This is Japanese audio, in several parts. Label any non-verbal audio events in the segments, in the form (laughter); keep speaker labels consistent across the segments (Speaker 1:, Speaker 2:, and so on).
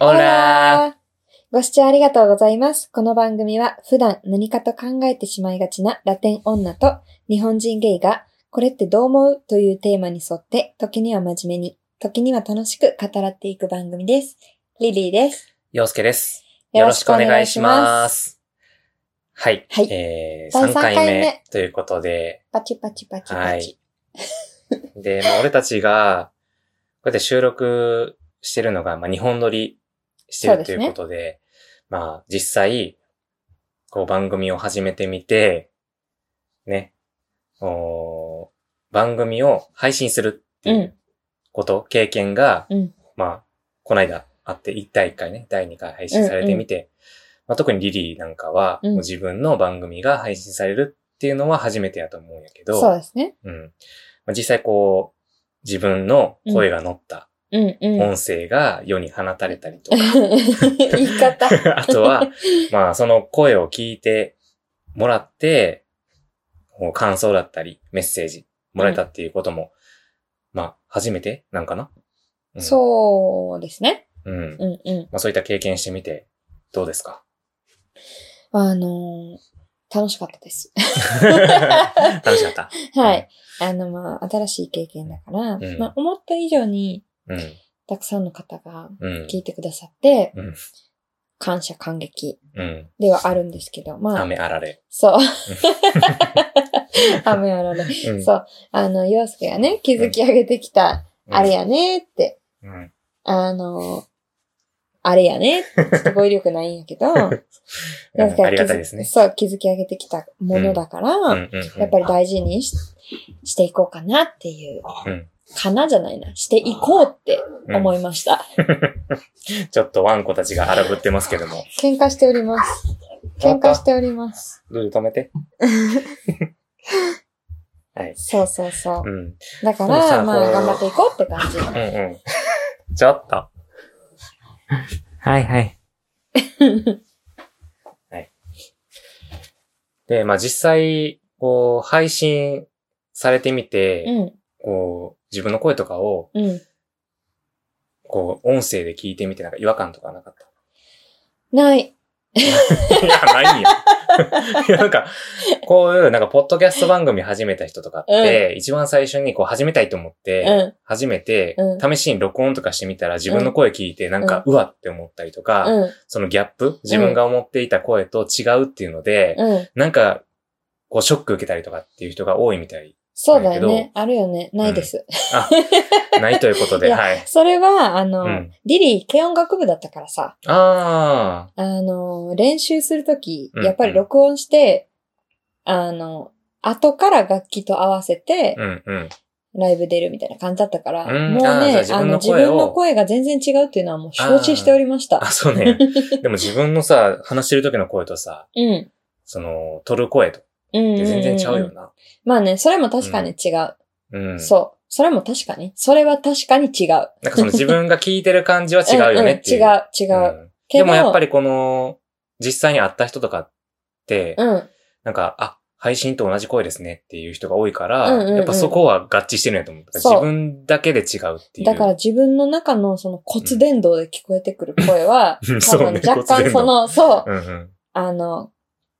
Speaker 1: オラー
Speaker 2: ご視聴ありがとうございます。この番組は普段何かと考えてしまいがちなラテン女と日本人ゲイがこれってどう思うというテーマに沿って時には真面目に、時には楽しく語らっていく番組です。リリーです。
Speaker 1: 陽介です。よろしくお願いしま。す。はい。
Speaker 2: はい
Speaker 1: えー、
Speaker 2: 第
Speaker 1: 3
Speaker 2: 三回
Speaker 1: 回
Speaker 2: 目
Speaker 1: 目ということで、
Speaker 2: パチパチパチ
Speaker 1: は
Speaker 2: パ
Speaker 1: い
Speaker 2: チ。。
Speaker 1: で、まあ、俺たちが、こうやって収録してるのが、まあ、日本撮りして
Speaker 2: そう
Speaker 1: る
Speaker 2: で
Speaker 1: と
Speaker 2: す
Speaker 1: い
Speaker 2: ね
Speaker 1: うことで、まあ、実際、こう番組を始めてみて、ね、おー番組を配信するっていう
Speaker 2: うん
Speaker 1: こと、経験が、
Speaker 2: うん
Speaker 1: まあ、こないだあって、1第1回ね、第2回配信されてみて、まあ、特にリリーなんかは、
Speaker 2: うん
Speaker 1: もう自分の番組が配信されるっていうのは初めてやと思うんやけど、
Speaker 2: そうですね。
Speaker 1: うん。まあ、実際こう、自分の声が乗った
Speaker 2: うんうん。
Speaker 1: 音声が世に放たれたりとか、
Speaker 2: (laughs) 言い方。
Speaker 1: (laughs) あとは、まあその声を聞いてもらって、こう感想だったりメッセージもらえたっていうことも、まあ初めてなんかな、うん、
Speaker 2: そうですね。
Speaker 1: う。うん。
Speaker 2: うんうん。
Speaker 1: まあそういった経験してみて、どうです
Speaker 2: (laughs)
Speaker 1: か
Speaker 2: あのー楽しかったです。
Speaker 1: 楽しかった。
Speaker 2: はい。あの、まあ、新しい経験だから、
Speaker 1: ん
Speaker 2: まあ、思った以上に、
Speaker 1: うん。
Speaker 2: たくさんの方が
Speaker 1: うん。
Speaker 2: 聞いてくださって、
Speaker 1: うん
Speaker 2: 感謝感激
Speaker 1: うん。
Speaker 2: ではあるんですけど、まあ、
Speaker 1: 雨あられ。
Speaker 2: そう。 (laughs) 雨やられ。
Speaker 1: うん。
Speaker 2: そう。あの、洋介がね、築き上げてきた、
Speaker 1: うん
Speaker 2: あれ。やねって、
Speaker 1: うん。
Speaker 2: あの、あれやねって、ちょっと語彙力ないんやけど、
Speaker 1: (laughs) う
Speaker 2: 洋
Speaker 1: ん
Speaker 2: 介
Speaker 1: ありがたいです
Speaker 2: 築き
Speaker 1: ね。
Speaker 2: そう、築き上げてきたものだから、
Speaker 1: うんうんうん
Speaker 2: やっぱり大事にししていこうかなっていう、
Speaker 1: うん
Speaker 2: かなじゃないな、していこうって思いました。
Speaker 1: ちょっとワンコたちが荒ぶってますけど (laughs) も。
Speaker 2: 喧嘩しております。喧嘩しております。
Speaker 1: ルール止めて。 (laughs) はい。
Speaker 2: そうそうそう
Speaker 1: ん。
Speaker 2: う。
Speaker 1: うん
Speaker 2: だか
Speaker 1: でもさ
Speaker 2: ら、ま
Speaker 1: こ
Speaker 2: あ、
Speaker 1: れ
Speaker 2: 頑張っていこうって感じ。
Speaker 1: うん。 (laughs) ちょっと。はいはい。 (laughs) はい。で、まあ実際、こう、配信されてみて、
Speaker 2: うん、
Speaker 1: こう、自分の声とかを、
Speaker 2: うん。
Speaker 1: こう、音声で聞いてみて、なんか違和感とかなかっ
Speaker 2: ない。
Speaker 1: た。いや、ない
Speaker 2: (laughs)
Speaker 1: よ。いやなんか、こういう、なんか、ポッドキャスト番組始めた人とかって、一番最初にこう、始めたいと思って、
Speaker 2: うん、
Speaker 1: 初めて
Speaker 2: う、
Speaker 1: 試しに録音とかしてみたら自分の声聞いてなんか、うわって思ったりとか、
Speaker 2: うん、
Speaker 1: そのギャップ、自分が思っていた声と違うっていうので、
Speaker 2: うん。
Speaker 1: なんか、こうショック受けたりとかっていう人が多いみたい。
Speaker 2: そうだよね。あるよね。ないです。
Speaker 1: あ、ないということ
Speaker 2: (laughs) い
Speaker 1: で、
Speaker 2: や
Speaker 1: はい。
Speaker 2: それは、あの、
Speaker 1: うん
Speaker 2: リリー、軽音楽部だったからさ、
Speaker 1: ああ、
Speaker 2: あの、練習するとき、
Speaker 1: うん
Speaker 2: やっぱり録音して、あの、後から楽器と合わせて、
Speaker 1: うんうん。
Speaker 2: ライブ出るみたいな感じだったから、
Speaker 1: うん
Speaker 2: もう
Speaker 1: あー
Speaker 2: ね、
Speaker 1: じゃあ
Speaker 2: あの、
Speaker 1: 自
Speaker 2: 自
Speaker 1: 分の声を
Speaker 2: 分の声が全然違うっていうのはもう承知しておりました
Speaker 1: あ、。そう
Speaker 2: (laughs)
Speaker 1: ね。でも自分のさ、話してる時の声とさ、
Speaker 2: うん。
Speaker 1: その、撮る声とっ
Speaker 2: うんうんん
Speaker 1: て
Speaker 2: ん
Speaker 1: 全然ちゃうよな。
Speaker 2: まあね、それも確かに違う。
Speaker 1: うん。
Speaker 2: そう。それも確かに。それは確かに違う。
Speaker 1: なんかその自分が聞いてる感じは違うよねっていう。
Speaker 2: んん (laughs) 違う、違う。
Speaker 1: ん
Speaker 2: け
Speaker 1: で
Speaker 2: ど
Speaker 1: もやっぱりこの、実際に会った人とかって、
Speaker 2: うん。
Speaker 1: なんか、あ、配信と同じ声ですねっていう人が多いから、
Speaker 2: うんうんうん
Speaker 1: やっぱそこは合致してるんやと思う。
Speaker 2: そう
Speaker 1: 自分だけで違うっていう。
Speaker 2: だから自分の中のその骨伝導で聞こえてくる声は、
Speaker 1: うん
Speaker 2: 多
Speaker 1: そう
Speaker 2: 分
Speaker 1: ね骨
Speaker 2: 若
Speaker 1: 伝
Speaker 2: 干
Speaker 1: 導
Speaker 2: その、そう、
Speaker 1: うんうん、
Speaker 2: あの、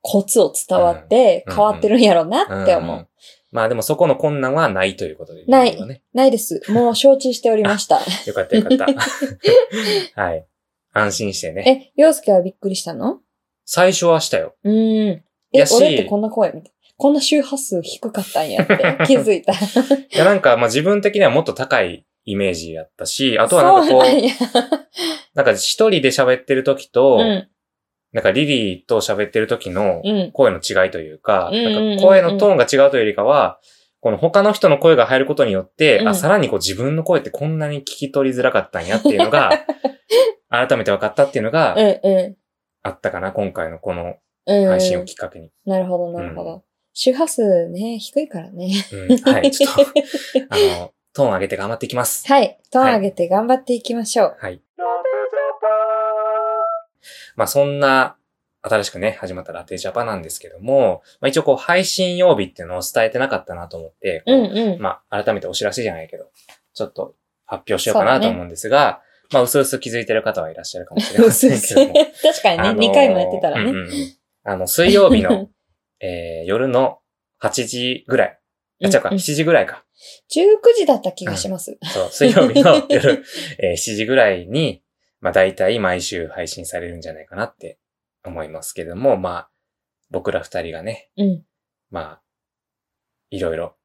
Speaker 2: コツを伝わって
Speaker 1: うん
Speaker 2: 変わってるんやろ
Speaker 1: うん
Speaker 2: な
Speaker 1: うん。
Speaker 2: って思う。
Speaker 1: まあでもそこの困難はないということで。
Speaker 2: ない
Speaker 1: 理由はね
Speaker 2: ないです。もう承知しておりました。
Speaker 1: よかったよか
Speaker 2: (laughs)
Speaker 1: った。 (laughs) はい。安心してね。
Speaker 2: え、洋介はびっくりしたの
Speaker 1: 最初はしたよ。
Speaker 2: うーん。え
Speaker 1: や、し
Speaker 2: 俺ってこんな声みたいな。こんな周波数低かったんや
Speaker 1: (laughs)
Speaker 2: って気づいた。
Speaker 1: いやなんか、まあ自分的にはもっと高いイメージやったし、あとはなんかこ、
Speaker 2: そうなんや
Speaker 1: なんか一人で喋ってる時と、
Speaker 2: うん、
Speaker 1: なんかリリーと喋ってる時の、
Speaker 2: うん。
Speaker 1: 声の違いというか、
Speaker 2: うんうんうんうん
Speaker 1: なんか声のトーンが違うというよりかは、この他の人の声が入ることによって、
Speaker 2: う
Speaker 1: あ、
Speaker 2: ん
Speaker 1: さらにこう自分の声ってこんなに聞き取りづらかったんやっていうの
Speaker 2: (laughs)
Speaker 1: が、改めて分かったっていうのが
Speaker 2: うん、う
Speaker 1: あったかな、今回のこの
Speaker 2: ん。うん。
Speaker 1: 配信をきっかけに。
Speaker 2: なるほど、なるほど。周波数ね、低いからね。
Speaker 1: うんはい、ちょ
Speaker 2: (laughs)
Speaker 1: っと、あの、トーン上げて頑張っていきます。
Speaker 2: はい。トーン上げて頑張っていきましょう。
Speaker 1: はい。まあそんな、新しくね、始まったラテジャパなんですけども、まあ一応こう配信曜日っていうのを伝えてなかったなと思って、こう
Speaker 2: うんうん。
Speaker 1: まあ、改めてお知らせじゃないけど、ちょっと発表しようかなと思うんですが、まあ、うすうす気づいてる方はいらっしゃるかもしれませんけ
Speaker 2: (laughs)
Speaker 1: ども。
Speaker 2: 確かにね、
Speaker 1: あのー
Speaker 2: 2回もやってたらね。
Speaker 1: うんうんうんあの、水曜日
Speaker 2: (laughs) うん
Speaker 1: の、えー夜の8時ぐらい。あ、
Speaker 2: うん
Speaker 1: 違うか、7時ぐらいか。
Speaker 2: 19時だった気がします。
Speaker 1: そう、水曜日の夜、 (laughs) えー7時ぐらいに、まあ大体毎週配信されるんじゃないかなって思いますけども、まあ、僕ら二人がね、
Speaker 2: うん。
Speaker 1: まあ、いろいろ、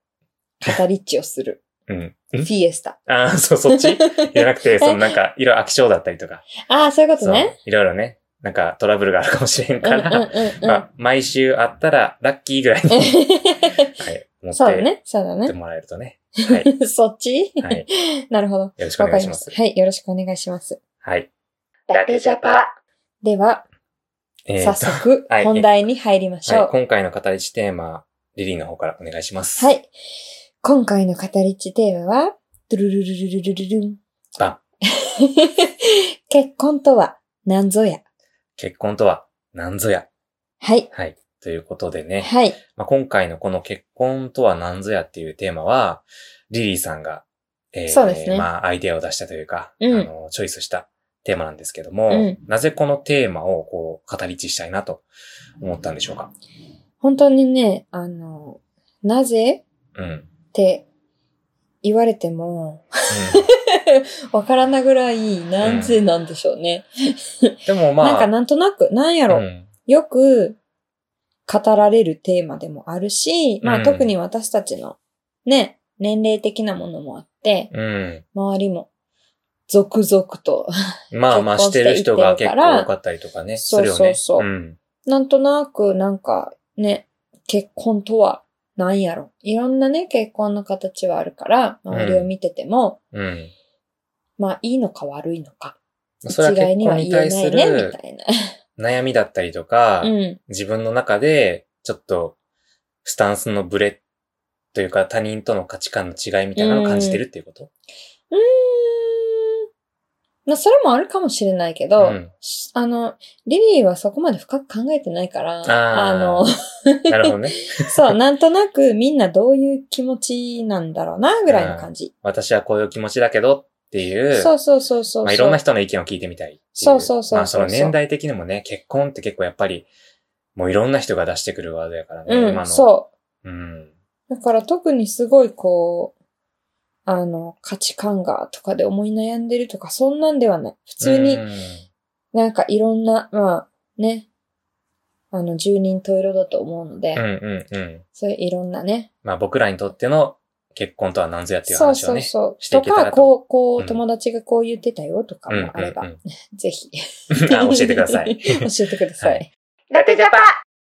Speaker 2: 語りっちをする。
Speaker 1: うん。
Speaker 2: フィエスタ。
Speaker 1: ああ、そう、そっちじゃなくて、そのなんか、いろいろ飽き性だったりとか、
Speaker 2: (laughs) ああ、そういうこと
Speaker 1: そう
Speaker 2: ね。、
Speaker 1: いろいろね、なんかトラブルがあるかもしれん
Speaker 2: うんう
Speaker 1: か
Speaker 2: ん
Speaker 1: ら、
Speaker 2: うん
Speaker 1: ま
Speaker 2: う
Speaker 1: あ、毎週あったらラッキーぐらいに、はい、思っ
Speaker 2: ん。(laughs) そうだ
Speaker 1: て、
Speaker 2: ね。そうだ
Speaker 1: って
Speaker 2: ね。
Speaker 1: もらえるとね。はい。
Speaker 2: (laughs) そっち
Speaker 1: はい。
Speaker 2: なるほど。
Speaker 1: よろしくお
Speaker 2: (laughs) わか
Speaker 1: 願いし
Speaker 2: り
Speaker 1: ま
Speaker 2: ますす。。はい。よろしくお願いします。
Speaker 1: はい。
Speaker 2: ラテジャパ。では、
Speaker 1: えー
Speaker 2: 早速
Speaker 1: (laughs) は、い
Speaker 2: 本題に入りましょ。
Speaker 1: はいう今回の語り地テーマ、リリーの方からお願いします。
Speaker 2: は。い。今回の語り地テーマは、ドゥルルルルルルルルン。 (laughs)
Speaker 1: あ
Speaker 2: 結婚とは何ぞや。
Speaker 1: 結婚とは何ぞや。
Speaker 2: はい。
Speaker 1: はい。ということでね、
Speaker 2: はい。
Speaker 1: まあ、今回のこの結婚とは何ぞやっていうテーマは、リリーさんが、えー
Speaker 2: そうですね
Speaker 1: まあ、アイデアを出したというか、
Speaker 2: うん
Speaker 1: あの、チョイスしたテーマなんですけども、
Speaker 2: うん
Speaker 1: なぜこのテーマをこう、語り地したいなと思ったんでしょうか。
Speaker 2: 本当にね、あの、なぜ
Speaker 1: うん。
Speaker 2: (laughs)
Speaker 1: うん
Speaker 2: って言われても、わからなぐらい、なんぜなんでしょうね。
Speaker 1: でもまあ、
Speaker 2: なんかなんとなく、なんやろ、
Speaker 1: うん
Speaker 2: よく語られるテーマでもあるし、ま
Speaker 1: う
Speaker 2: あ
Speaker 1: ん
Speaker 2: 特に私たちのね、年齢的なものもあって、
Speaker 1: うん。
Speaker 2: 周りも続々と、 (laughs)
Speaker 1: まあまあ、
Speaker 2: 結婚
Speaker 1: し
Speaker 2: して
Speaker 1: てる人が結
Speaker 2: いってるから
Speaker 1: 構多かったりとかね、す
Speaker 2: そう
Speaker 1: るよね。
Speaker 2: そうそう
Speaker 1: うん。
Speaker 2: なんとなくなんかね、結婚とは何やろ。いろんなね、結婚の形はあるから、周りを見てても、
Speaker 1: うん。
Speaker 2: まあいいのか悪いのか、
Speaker 1: それは
Speaker 2: 一概
Speaker 1: 結
Speaker 2: には
Speaker 1: 婚
Speaker 2: 言
Speaker 1: に対
Speaker 2: えな
Speaker 1: す
Speaker 2: いね、み
Speaker 1: る
Speaker 2: たいな。
Speaker 1: 悩みだったりとか、
Speaker 2: うん。
Speaker 1: 自分の中で、ちょっと、スタンスのブレというか、他人との価値観の違いみたいなのを感じてるっていうこと、
Speaker 2: うーん。まあ、それもあるかもしれないけ
Speaker 1: う
Speaker 2: ど、
Speaker 1: ん
Speaker 2: あの、リリーはそこまで深く考えてないから、
Speaker 1: あー (laughs)
Speaker 2: の、
Speaker 1: なるほどね。 (laughs)
Speaker 2: そう、なんとなくみんなどういう気持ちなんだろうな、ぐらいの感じ。
Speaker 1: 私はこういう気持ちだけどっていう、
Speaker 2: そうそうそうそう。
Speaker 1: まあ、いろんな人の意見を聞いてみたいってい
Speaker 2: そうそうそうそう
Speaker 1: まあ、その年代的にもね、結婚って結構やっぱり、もういろんな人が出してくるワードやからね、
Speaker 2: う
Speaker 1: 今
Speaker 2: ん、
Speaker 1: の。。
Speaker 2: そう
Speaker 1: ん。
Speaker 2: う。だから特にすごいこう、あの、価値観がとかで思い悩んでるとか、そんなんではない。普通に
Speaker 1: うん
Speaker 2: なんかいろんな、まあね、あの、十人十色だと思うので、
Speaker 1: うんうんうん。
Speaker 2: そういういろんなね、
Speaker 1: まあ、僕らにとっての結婚とは何ぞやっていう
Speaker 2: そう
Speaker 1: 話を
Speaker 2: そう
Speaker 1: ね。
Speaker 2: そう。
Speaker 1: して
Speaker 2: と
Speaker 1: いけたら
Speaker 2: か、
Speaker 1: と
Speaker 2: こう、こ
Speaker 1: う
Speaker 2: う、
Speaker 1: ん
Speaker 2: 友達がこう言ってたよとか
Speaker 1: うんうん
Speaker 2: もあれば、
Speaker 1: うん
Speaker 2: ぜひ。
Speaker 1: (laughs) あ教えてください。
Speaker 2: (laughs) 教えてくださ。
Speaker 1: はいラテジャパ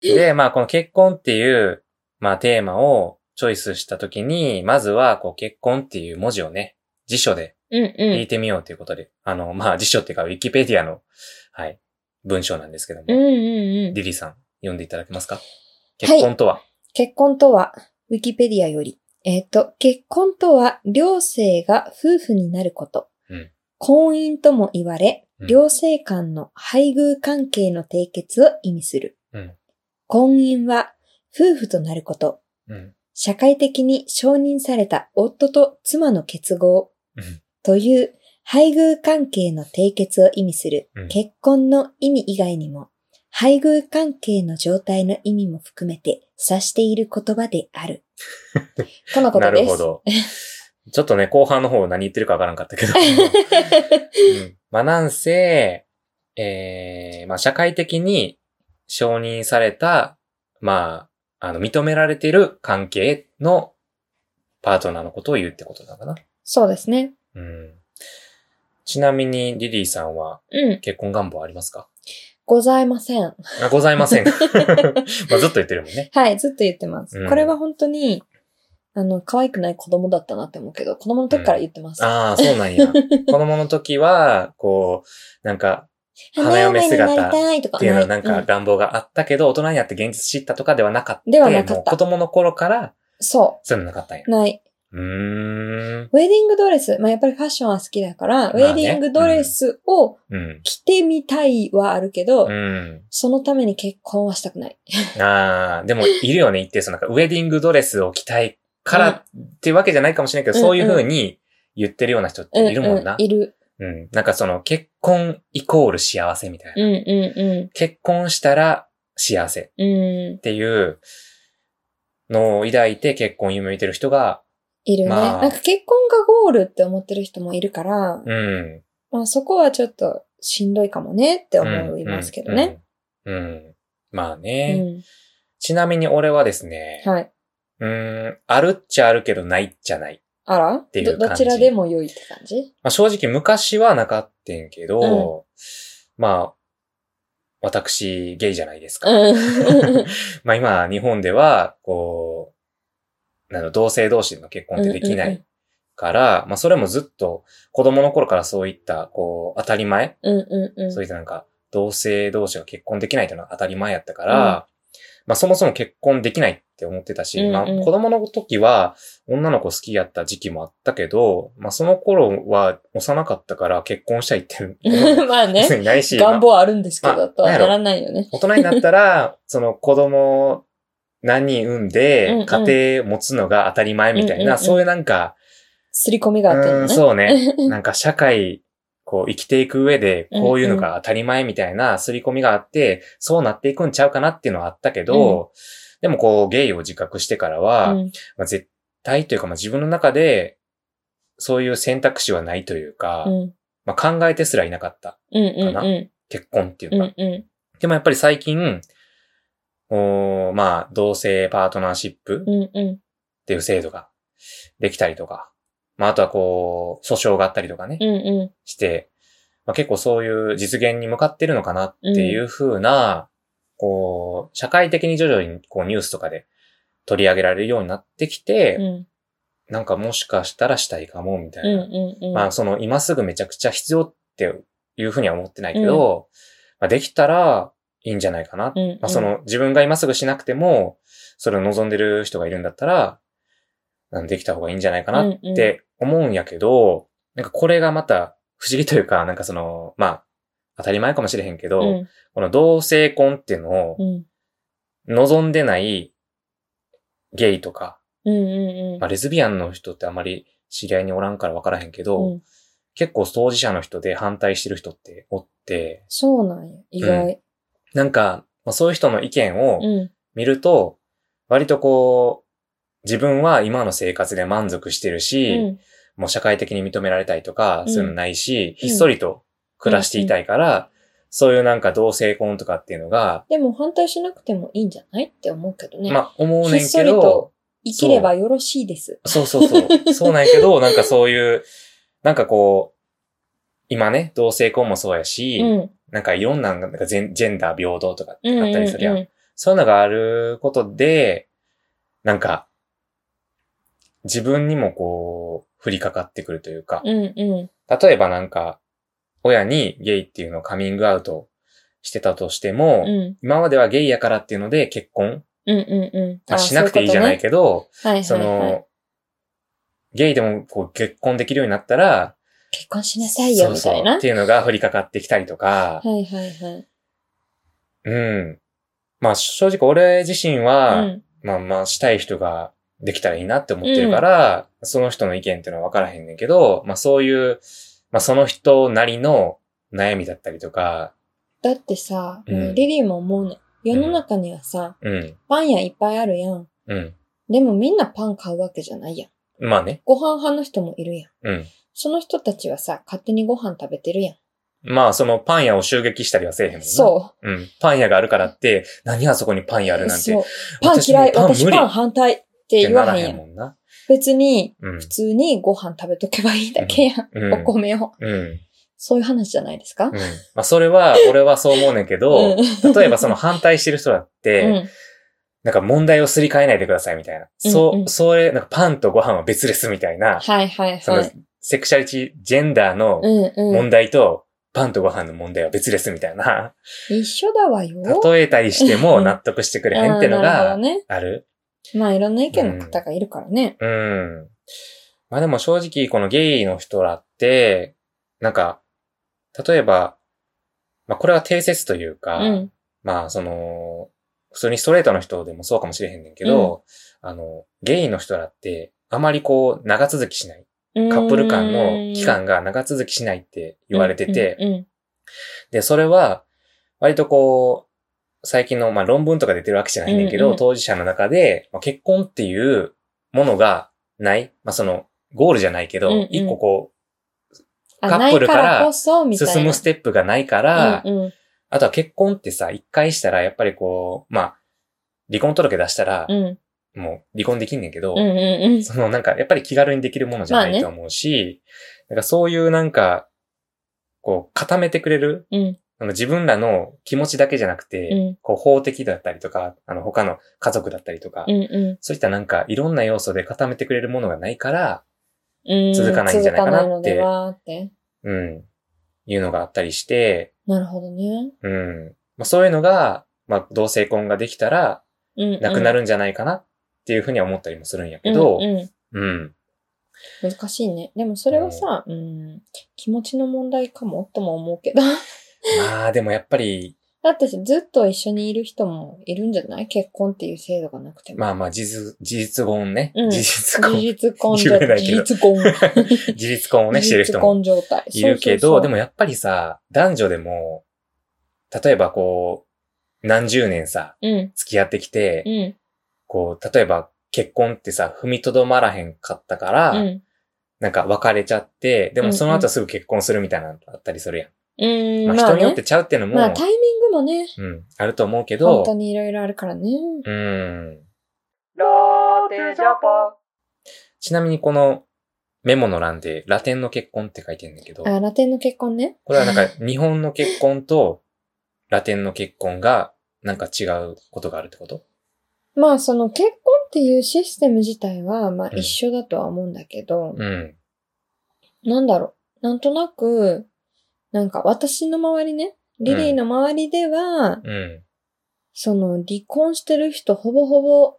Speaker 1: で、まあ、この結婚っていう、まあ、テーマをチョイスしたときに、まずは、こう、結婚っていう文字をね、辞書で
Speaker 2: うん
Speaker 1: 引
Speaker 2: う
Speaker 1: いてみようということで、あの、まあ、辞書っていうか、ウィキペディアの、はい、文章なんですけども、
Speaker 2: ん。うんうんうん。
Speaker 1: リリーさん、読んでいただけますか結婚とは、
Speaker 2: 結婚とは、ウィキペディアより。えっ、と、結婚とは、両性が夫婦になること。
Speaker 1: うん
Speaker 2: 婚姻とも言われ、
Speaker 1: うん
Speaker 2: 両性間の配偶関係の締結を意味する。
Speaker 1: うん
Speaker 2: 婚姻は、夫婦となること。
Speaker 1: うん。
Speaker 2: 社会的に承認された夫と妻の結合
Speaker 1: うん
Speaker 2: という配偶関係の締結を意味する
Speaker 1: うん
Speaker 2: 結婚の意味以外にも配偶関係の状態の意味も含めて指している言葉で
Speaker 1: (laughs)
Speaker 2: ある。とのこ
Speaker 1: な
Speaker 2: とで
Speaker 1: る
Speaker 2: す。
Speaker 1: ほど。ちょっとね、後半の方何言ってるかわからんかった
Speaker 2: (laughs)
Speaker 1: けど。うんまあ、なんせ、えー、まあ、社会的に承認された、まあ、あの、認められている関係のパートナーのことを言うってことなのかな。
Speaker 2: (laughs) そうですね。
Speaker 1: うん。ちなみに、リリーさんは
Speaker 2: うん。
Speaker 1: 結婚願望ありますか
Speaker 2: ございません。
Speaker 1: あございま
Speaker 2: (laughs)
Speaker 1: せん。まあ、ずっと言ってるもんね。
Speaker 2: はい、ずっと言ってます。
Speaker 1: うん
Speaker 2: これは本当に、あの、可愛くない子供だったなって思うけど、子供の時から言ってます。
Speaker 1: ああ、そうなん
Speaker 2: (laughs)
Speaker 1: や。子供の時は、こう、なんか、
Speaker 2: 花嫁になり
Speaker 1: 花嫁姿
Speaker 2: たいとか
Speaker 1: っていうのはなん
Speaker 2: い
Speaker 1: か
Speaker 2: うん
Speaker 1: 願望があったけど、大人になって現実知ったとかではなかった。
Speaker 2: ではなかった
Speaker 1: もう子供の頃から、
Speaker 2: そ
Speaker 1: そういうのなかったんや
Speaker 2: う。。ない。
Speaker 1: うーん。
Speaker 2: ウェディングドレス、まあ、やっぱりファッションは好きだから、
Speaker 1: あね
Speaker 2: ウェディングドレスを
Speaker 1: うん。
Speaker 2: 着てみたいはあるけど、
Speaker 1: う
Speaker 2: そのために結婚はしたくない。
Speaker 1: ん。ああ、でもいるよね、一定そのなんか、ウェディングドレスを着たいからっていうわけじゃないかもしれないけど、
Speaker 2: うん
Speaker 1: そういう風に言ってるような人っているもんな。
Speaker 2: いる。
Speaker 1: うん。なんかその結婚イコール幸せみたいな。
Speaker 2: うんう
Speaker 1: 結婚したら幸せ
Speaker 2: んうん。う
Speaker 1: っていうのを抱いて結婚を夢見てる人が、
Speaker 2: ん。いるね。
Speaker 1: まあ
Speaker 2: なんか結婚がゴールって思ってる人もいるから、
Speaker 1: うん。
Speaker 2: まあそこはちょっとしんどいかもねって思いますけどね。
Speaker 1: うん。うん。うんまあ
Speaker 2: う
Speaker 1: ね、
Speaker 2: ん。
Speaker 1: ちなみに俺はですね、
Speaker 2: はい。
Speaker 1: うーん、あるっちゃあるけどないっちゃない。
Speaker 2: あら
Speaker 1: ていう
Speaker 2: どど
Speaker 1: 感
Speaker 2: ち
Speaker 1: じ
Speaker 2: らでも良いって感じ
Speaker 1: まあ、正直昔はなかったんけど、まあ、私、ゲイじゃないですか。
Speaker 2: うん。
Speaker 1: (laughs) まあ今、日本では、こう、なの同性同士の結婚ってできな
Speaker 2: うんうんうん
Speaker 1: いから、まあそれもずっと子供の頃からそういった、こう、当たり前
Speaker 2: うんうんうん。
Speaker 1: そういったなんか、同性同士が結婚できないというのは当たり前やったから、まあそもそも結婚できないって思ってたし、
Speaker 2: うんうん
Speaker 1: まあ子供の時は女の子好きやった時期もあったけど、まあその頃は幼かったから結婚したいっていうのも
Speaker 2: ま
Speaker 1: (laughs)
Speaker 2: あ (laughs) ね
Speaker 1: 別。にないし、
Speaker 2: 願
Speaker 1: まあ
Speaker 2: 望あるんですけ
Speaker 1: ま
Speaker 2: ど、
Speaker 1: あ
Speaker 2: とは
Speaker 1: なん
Speaker 2: な
Speaker 1: やろ
Speaker 2: らないよね。
Speaker 1: 大人になった
Speaker 2: (laughs)
Speaker 1: ら、その子供何人産ん
Speaker 2: うんう
Speaker 1: で
Speaker 2: ん
Speaker 1: 家庭持つのが当たり前みたいな、
Speaker 2: うんうんうん
Speaker 1: そういうなんか、
Speaker 2: 刷り込みがあった
Speaker 1: う
Speaker 2: よ
Speaker 1: ん
Speaker 2: ね。
Speaker 1: そうね。
Speaker 2: (laughs)
Speaker 1: なんか社会、こう生きていく上で、こういうのが当たり前みたいな刷り込みがあって、そうなっていくんちゃうかなっていうのはあったけど、でもこうゲイを自覚してからは、
Speaker 2: うん
Speaker 1: まあ、絶対というか、まあ、自分の中で、そういう選択肢はないというか、
Speaker 2: うん
Speaker 1: まあ、考えてすらいなかった。
Speaker 2: うんうん
Speaker 1: かな
Speaker 2: う。
Speaker 1: 結婚っていうんか。
Speaker 2: うんうん。
Speaker 1: でもやっぱり最近、おーまあ、同性パートナーシップ
Speaker 2: うんうん。
Speaker 1: っていう制度ができたりとか、まあ、あとはこう、訴訟があったりとかね、
Speaker 2: うんう
Speaker 1: して、まあ、結構そういう実現に向かってるのかなっていうふうな、こう、社会的に徐々にこうニュースとかで取り上げられるようになってきて、
Speaker 2: ん。うん
Speaker 1: なんかもしかしたらしたいかも、みたい
Speaker 2: うん
Speaker 1: な。
Speaker 2: うんうん。
Speaker 1: まあその今すぐめちゃくちゃ必要っていうふうには思ってないけど、まあ、できたらいいんじゃないかな。
Speaker 2: うんうん
Speaker 1: まあ、その自分が今すぐしなくても、それを望んでる人がいるんだったら、なんできた方がいいんじゃないかなっ
Speaker 2: うんうん
Speaker 1: て思うんやけど、なんかこれがまた不思議というか、なんかその、まあ、当たり前かもしれへんけど、
Speaker 2: うん
Speaker 1: この同性婚っていうのを
Speaker 2: うん
Speaker 1: 望んでないゲイとか、
Speaker 2: うんうんうん。
Speaker 1: まあ、レズビアンの人ってあまり知り合いにおらんから分からへんけど、
Speaker 2: うん
Speaker 1: 結構当事者の人で反対してる人っておって、
Speaker 2: そうなんや。意外。
Speaker 1: なんか、まあ、そういう人の意見
Speaker 2: う
Speaker 1: を
Speaker 2: ん。
Speaker 1: 見ると、割とこう、自分は今の生活で満足してるし、
Speaker 2: うん
Speaker 1: もう社会的に認められたいとか、
Speaker 2: うん
Speaker 1: そういうのないし、
Speaker 2: うん
Speaker 1: ひっそりと暮らしていたいから、そういうなんか同性婚とかっていうのが、
Speaker 2: でも反対しなくてもいいんじゃないって思うけどね。
Speaker 1: まあ思う
Speaker 2: ひ
Speaker 1: ね
Speaker 2: っ
Speaker 1: ん
Speaker 2: そ
Speaker 1: け
Speaker 2: り
Speaker 1: ど、
Speaker 2: と生きればよろしいです。
Speaker 1: そうそう
Speaker 2: (laughs)
Speaker 1: そう。そうなんやけど、なんかそういう、なんかこう、今ね、同性婚もそうやし、
Speaker 2: うん。
Speaker 1: なんかいろんな、なんかジェンジェンダー平等とかっ
Speaker 2: うん
Speaker 1: て
Speaker 2: う
Speaker 1: あっ
Speaker 2: ん
Speaker 1: たりするやん。
Speaker 2: うん。
Speaker 1: そういうのがあることで、なんか、自分にもこう、降りかかってくるというか、
Speaker 2: うんうん。
Speaker 1: 例えばなんか、親にゲイっていうのをカミングアウトしてたとしても、
Speaker 2: うん
Speaker 1: 今まではゲイやからっていうので結婚、
Speaker 2: うんうんうん。
Speaker 1: まあしなくていいじゃない
Speaker 2: か。
Speaker 1: けど、
Speaker 2: そういうこと
Speaker 1: そ
Speaker 2: ねはいはいはい。
Speaker 1: の、ゲイでもこう結婚できるようになったら、
Speaker 2: 結婚しなさいよ、みたい
Speaker 1: そうそう
Speaker 2: な。
Speaker 1: っていうのが降りかかってきたりとか、
Speaker 2: はいはいはい。
Speaker 1: うん。まあ正直俺自身
Speaker 2: う
Speaker 1: は、
Speaker 2: ん。
Speaker 1: まあまあしたい人ができたらいいなって思ってるから、その人の意見っていうのは分からへんねんけど、まあそういう、まあその人なりの悩みだったりとか、
Speaker 2: だってさ、
Speaker 1: うん
Speaker 2: もうリリーも思うね。世の中にはさ、
Speaker 1: うん、
Speaker 2: パン屋いっぱいあるやん。
Speaker 1: うん。
Speaker 2: でもみんなパン買うわけじゃないやん。
Speaker 1: まあね、
Speaker 2: ご飯派の人もいるやん。
Speaker 1: うん。
Speaker 2: その人たちはさ、勝手にご飯食べてるやん。
Speaker 1: まあそのパン屋を襲撃したりはせえへんもんな。
Speaker 2: そう
Speaker 1: うん。パン屋があるからって、何あそこにパン屋ある
Speaker 2: う。
Speaker 1: なんて。
Speaker 2: そう。パン嫌い、
Speaker 1: 私もパン
Speaker 2: 私
Speaker 1: 無理
Speaker 2: パン反対って言
Speaker 1: な
Speaker 2: わ
Speaker 1: ら
Speaker 2: へん
Speaker 1: へ
Speaker 2: や
Speaker 1: ん
Speaker 2: ん。
Speaker 1: もんな。
Speaker 2: 別に、
Speaker 1: うん
Speaker 2: 普。通にご飯食べとけばいいだけやん。
Speaker 1: うん
Speaker 2: お米を。
Speaker 1: うん。
Speaker 2: そういう話じゃないですか
Speaker 1: うん。まあ、それは、俺はそう思うねんけど、
Speaker 2: うん
Speaker 1: 例えばその反対してる人だって、
Speaker 2: うん。
Speaker 1: なんか問題をすり替えないでくださいみたいな。そう、
Speaker 2: うんうん
Speaker 1: それ、なんかパンとご飯は別ですみたいな、
Speaker 2: はいはい
Speaker 1: その
Speaker 2: はい。
Speaker 1: セクシャリティ、ジェンダーの
Speaker 2: うんう
Speaker 1: 問題と、パンとご飯の問題は別ですみたいな、
Speaker 2: ん。一緒だわよ。
Speaker 1: 例えたりして
Speaker 2: う
Speaker 1: も
Speaker 2: ん
Speaker 1: 納得してくれへん
Speaker 2: あ
Speaker 1: って
Speaker 2: ー
Speaker 1: の
Speaker 2: なるほ
Speaker 1: が
Speaker 2: どね。
Speaker 1: ある。
Speaker 2: まあいろんな意見の方がいるからね。
Speaker 1: うん。まあでも正直、このゲイの人らって、なんか、例えば、まあこれは定説という
Speaker 2: う
Speaker 1: か、
Speaker 2: ん。
Speaker 1: まあ、その、普通にストレートの人でもそうかもしれへんねんけど、あの、ゲイの人らって、あまりこう、長続きしない。カップル間の期
Speaker 2: うん
Speaker 1: 間が長続きしないって言われてて、
Speaker 2: うんうん
Speaker 1: で、それは、割とこう、最近の、まあ、論文とか出てるわけじゃないんだけど、
Speaker 2: うんうん
Speaker 1: 当事者の中で、まあ、結婚っていうものがない、まあ、その、ゴールじゃないけど、
Speaker 2: うんうん
Speaker 1: 一個こ
Speaker 2: あ
Speaker 1: カップルから
Speaker 2: ないからこそ、
Speaker 1: う、
Speaker 2: みたいな。
Speaker 1: 進むステップがないから、
Speaker 2: うんうん
Speaker 1: あとは結婚ってさ、一回したら、やっぱりこう、まあ、離婚届出したら
Speaker 2: う、ん
Speaker 1: もう離婚できんねんけど、
Speaker 2: うんうんうん
Speaker 1: そのなんか、やっぱり気軽にできるものじゃな
Speaker 2: まあ
Speaker 1: い
Speaker 2: ね
Speaker 1: と思うし、なんかそういうなんか、こう、固めてくれる
Speaker 2: うん
Speaker 1: あの自分らの気持ちだけじゃなくて、
Speaker 2: うん
Speaker 1: こう法的だったりとか、あの他の家族だったりとか、
Speaker 2: うんうん
Speaker 1: そういったなんかいろんな要素で固めてくれるものがないから、
Speaker 2: うん
Speaker 1: 続かないんじゃないかなって
Speaker 2: 続かないのではって。
Speaker 1: うん、いうのがあったりして、
Speaker 2: なるほどね。
Speaker 1: うん、まあ、そういうのが、まあ同性婚ができたら
Speaker 2: うん、うん。
Speaker 1: なくな
Speaker 2: る
Speaker 1: るんじゃないかなっていうふうには思ったりもするんやけど、
Speaker 2: うんうん
Speaker 1: うん、
Speaker 2: 難しいね。でもそれはさ、うん、気持ちの問題かもとも思うけど。
Speaker 1: まあでもやっぱり、
Speaker 2: だってずっと一緒にいる人もいるんじゃない結婚っていう制度がなくても。
Speaker 1: まあまあ事実、事実婚ね、
Speaker 2: うん
Speaker 1: 事実
Speaker 2: 事
Speaker 1: 婚、
Speaker 2: 実婚
Speaker 1: 言えない
Speaker 2: 事
Speaker 1: けど
Speaker 2: 実婚。
Speaker 1: 事実婚をね、してる人も
Speaker 2: 事実婚状態。
Speaker 1: いるけど、
Speaker 2: そうそうそう
Speaker 1: でもやっぱりさ、男女でも、例えばこう、何十年さ、
Speaker 2: うん、
Speaker 1: 付き合ってきて、
Speaker 2: うん、
Speaker 1: こう、例えば結婚ってさ、踏みとどまらへんかったから、
Speaker 2: うん。
Speaker 1: なんか別れちゃって、で
Speaker 2: うんう
Speaker 1: も
Speaker 2: ん
Speaker 1: その後すぐ結婚するみたいなのあったりするやん。
Speaker 2: うん、
Speaker 1: まあ人によっ
Speaker 2: ね
Speaker 1: てちゃうっていうのも、
Speaker 2: まあタイミングもね、
Speaker 1: うん、あると思うけ
Speaker 2: 本
Speaker 1: ど、
Speaker 2: 当にいろいろあるからね。
Speaker 1: うん。
Speaker 2: ローテジャパ
Speaker 1: ちなみにこのメモの欄でラテンの結婚って書いてんだけど、
Speaker 2: あ、ラテンの結婚ね。
Speaker 1: これはなんか日本の結婚とラテンの結婚がなんか違うことがあるってこと
Speaker 2: まあその結婚っていうシステム自体は、まあ
Speaker 1: うん
Speaker 2: 一緒だとは思うんだけど、
Speaker 1: うん。
Speaker 2: なんだろう。なんとなく、なんか私の周りね、リリーの周りでは、
Speaker 1: うん。
Speaker 2: その離婚してる人ほぼほぼ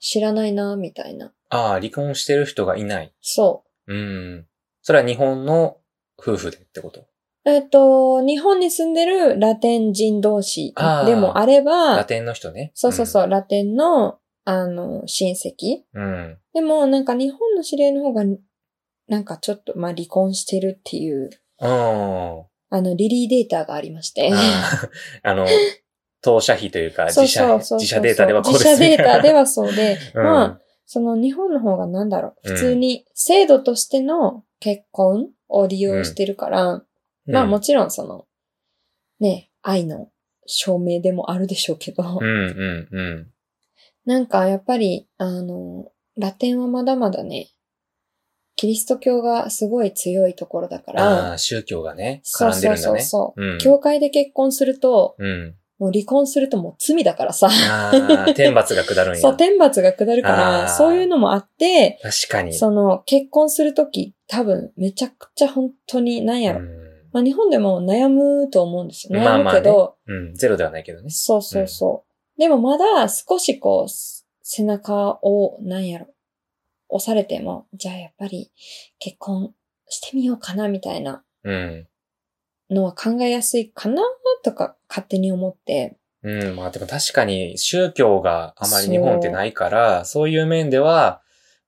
Speaker 2: 知らないな、みたいな。
Speaker 1: ああ、離婚してる人がいない。
Speaker 2: そ
Speaker 1: うん。それは日本の夫婦でってこと
Speaker 2: う。えっ、と、日本に住んでるラテン人同士
Speaker 1: あー
Speaker 2: でもあれば
Speaker 1: ラ、テンの人ね。
Speaker 2: そうそうそう、ラテンの、あの、親戚。
Speaker 1: うん。うん。
Speaker 2: でも、なんか日本の知り合いの方が、なんかちょっと、まあ、離婚してるっていう、
Speaker 1: あー
Speaker 2: あの、リリーデータがありまして。
Speaker 1: あー。 (laughs) あの、当社費というか、
Speaker 2: (laughs) そう
Speaker 1: 自
Speaker 2: そう
Speaker 1: 社、
Speaker 2: そうそう
Speaker 1: 自社データではこうです
Speaker 2: 自社データで
Speaker 1: (laughs) は、
Speaker 2: はそうで、
Speaker 1: うん
Speaker 2: まあ、その日本の方がなんだろう、
Speaker 1: うん
Speaker 2: 普通に制度としての結婚を利用してるから、まあもちろんその、ね、愛の証明でもあるでしょうけど、
Speaker 1: うんうんうん。
Speaker 2: なんかやっぱり、あの、ラテンはまだまだね、キリスト教がすごい強いところだ
Speaker 1: あ
Speaker 2: から、
Speaker 1: あ、宗教がね、
Speaker 2: そう
Speaker 1: 絡んで
Speaker 2: そ
Speaker 1: る
Speaker 2: うん
Speaker 1: だ
Speaker 2: そう
Speaker 1: ね。
Speaker 2: そう。
Speaker 1: うん。
Speaker 2: 教会で結婚すると、
Speaker 1: うん。
Speaker 2: もう離婚するともう罪だからさ。
Speaker 1: ああ、 (laughs) 天罰が下るんや。
Speaker 2: そう、天罰が下るか
Speaker 1: あー
Speaker 2: ら、そういうのもあって、
Speaker 1: 確かに。
Speaker 2: その、結婚するとき、多分、めちゃくちゃ本当に、なんやろ。
Speaker 1: うん
Speaker 2: まあ、日本でも悩むと思うんですよ。
Speaker 1: まあ
Speaker 2: 悩
Speaker 1: ま
Speaker 2: む
Speaker 1: あ
Speaker 2: けど、
Speaker 1: うん。ゼロではないけどね。
Speaker 2: そうそうそう。でもまだ少しこう、す背中を、なんやろ、押されても、じゃあやっぱり結婚してみようかな、みたいな
Speaker 1: うん。
Speaker 2: のは考えやすいかな、とか勝手に思って。
Speaker 1: うん、まあでも確かに宗教があまり日本ってないから、そういう面では、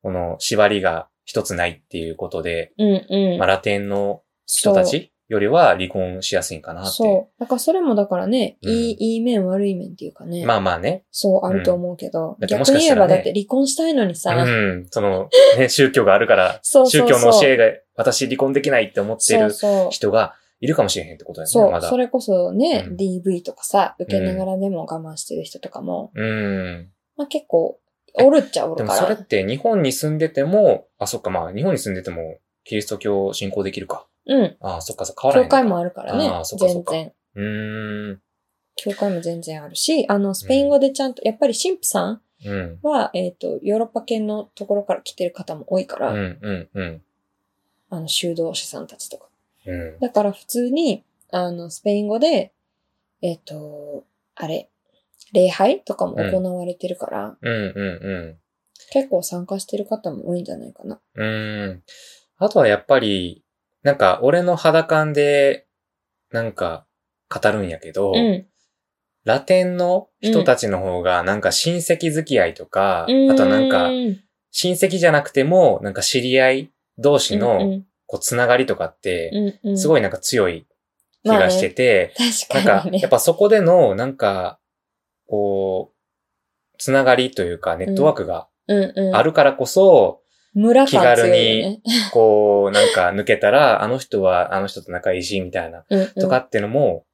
Speaker 1: この縛りが一つないっていうことで、
Speaker 2: うんうん。
Speaker 1: まあラテンの人たちよりは離婚しやすいんかな
Speaker 2: そう
Speaker 1: っ
Speaker 2: そう。だからそれもだからね、
Speaker 1: うん
Speaker 2: いい、いい面悪い面っていうか
Speaker 1: て。
Speaker 2: ね。
Speaker 1: まあまあね。
Speaker 2: そうあると思うけど、
Speaker 1: だってもしか
Speaker 2: 逆に
Speaker 1: した
Speaker 2: 言え
Speaker 1: ら
Speaker 2: ば
Speaker 1: ね
Speaker 2: だって離婚したいのに
Speaker 1: う
Speaker 2: さ、
Speaker 1: ん。その、ね、宗教があるから、
Speaker 2: そう
Speaker 1: 宗
Speaker 2: そう
Speaker 1: 教
Speaker 2: そう。
Speaker 1: の教えが私離婚できないって思って
Speaker 2: そう
Speaker 1: る
Speaker 2: そう。
Speaker 1: 人がいるかもしれへんってことだよ
Speaker 2: そ
Speaker 1: ね、
Speaker 2: う、
Speaker 1: まだ
Speaker 2: そ。れこそね、
Speaker 1: うん
Speaker 2: DV とかさ、受けながらでも我慢してる人とかも、
Speaker 1: うん。
Speaker 2: まあ結構、おるっちゃお
Speaker 1: で
Speaker 2: る
Speaker 1: も
Speaker 2: か
Speaker 1: それっ
Speaker 2: ら。
Speaker 1: て日本に住んでても、あ、そっか、まあ日本に住んでても、キリスト教信仰できるか。
Speaker 2: うん。
Speaker 1: ああ、そっか、そっか、変わらへ
Speaker 2: 教
Speaker 1: んのか。
Speaker 2: 会もあるからね
Speaker 1: あーそ、っかそっ
Speaker 2: 全
Speaker 1: か
Speaker 2: 然。
Speaker 1: うーん。
Speaker 2: 教会も全然あるし、あの、スペイン語でちゃんと、やっぱり神父さん
Speaker 1: うん。
Speaker 2: は、えっと、ヨーロッパ系のところから来てる方も多いか
Speaker 1: う
Speaker 2: ら、
Speaker 1: ん、うん、うん。
Speaker 2: あの、修道士さんたちとか。
Speaker 1: うん。
Speaker 2: だから普通に、あの、スペイン語で、えっと、あれ、礼拝とかも行われてるから、
Speaker 1: うん、うん、
Speaker 2: 結構参加してる方も多いんじゃないかな。
Speaker 1: うん。うん。あとはやっぱり、なんか、俺の肌感で、なんか、語るんやけど、
Speaker 2: うん。
Speaker 1: ラテンの人たちの方が、なんか親戚付き合いとか、あとはなんか、親戚じゃなくても、なんか知り合い同士の、
Speaker 2: う
Speaker 1: こう、つながりとかって、
Speaker 2: んうん、
Speaker 1: すご
Speaker 2: い
Speaker 1: いなんか強い気がしてて、
Speaker 2: (laughs) 確
Speaker 1: な
Speaker 2: か
Speaker 1: んか、
Speaker 2: にね。
Speaker 1: やっぱそこでの、なんか、こう、つながりというか、ネットワークが
Speaker 2: うんうん、
Speaker 1: あるからこそ、
Speaker 2: 村感強いよね。
Speaker 1: こう、なんか抜けたら、あの人はあの人と仲いいし、みたいな、
Speaker 2: うんうん
Speaker 1: とかってのも、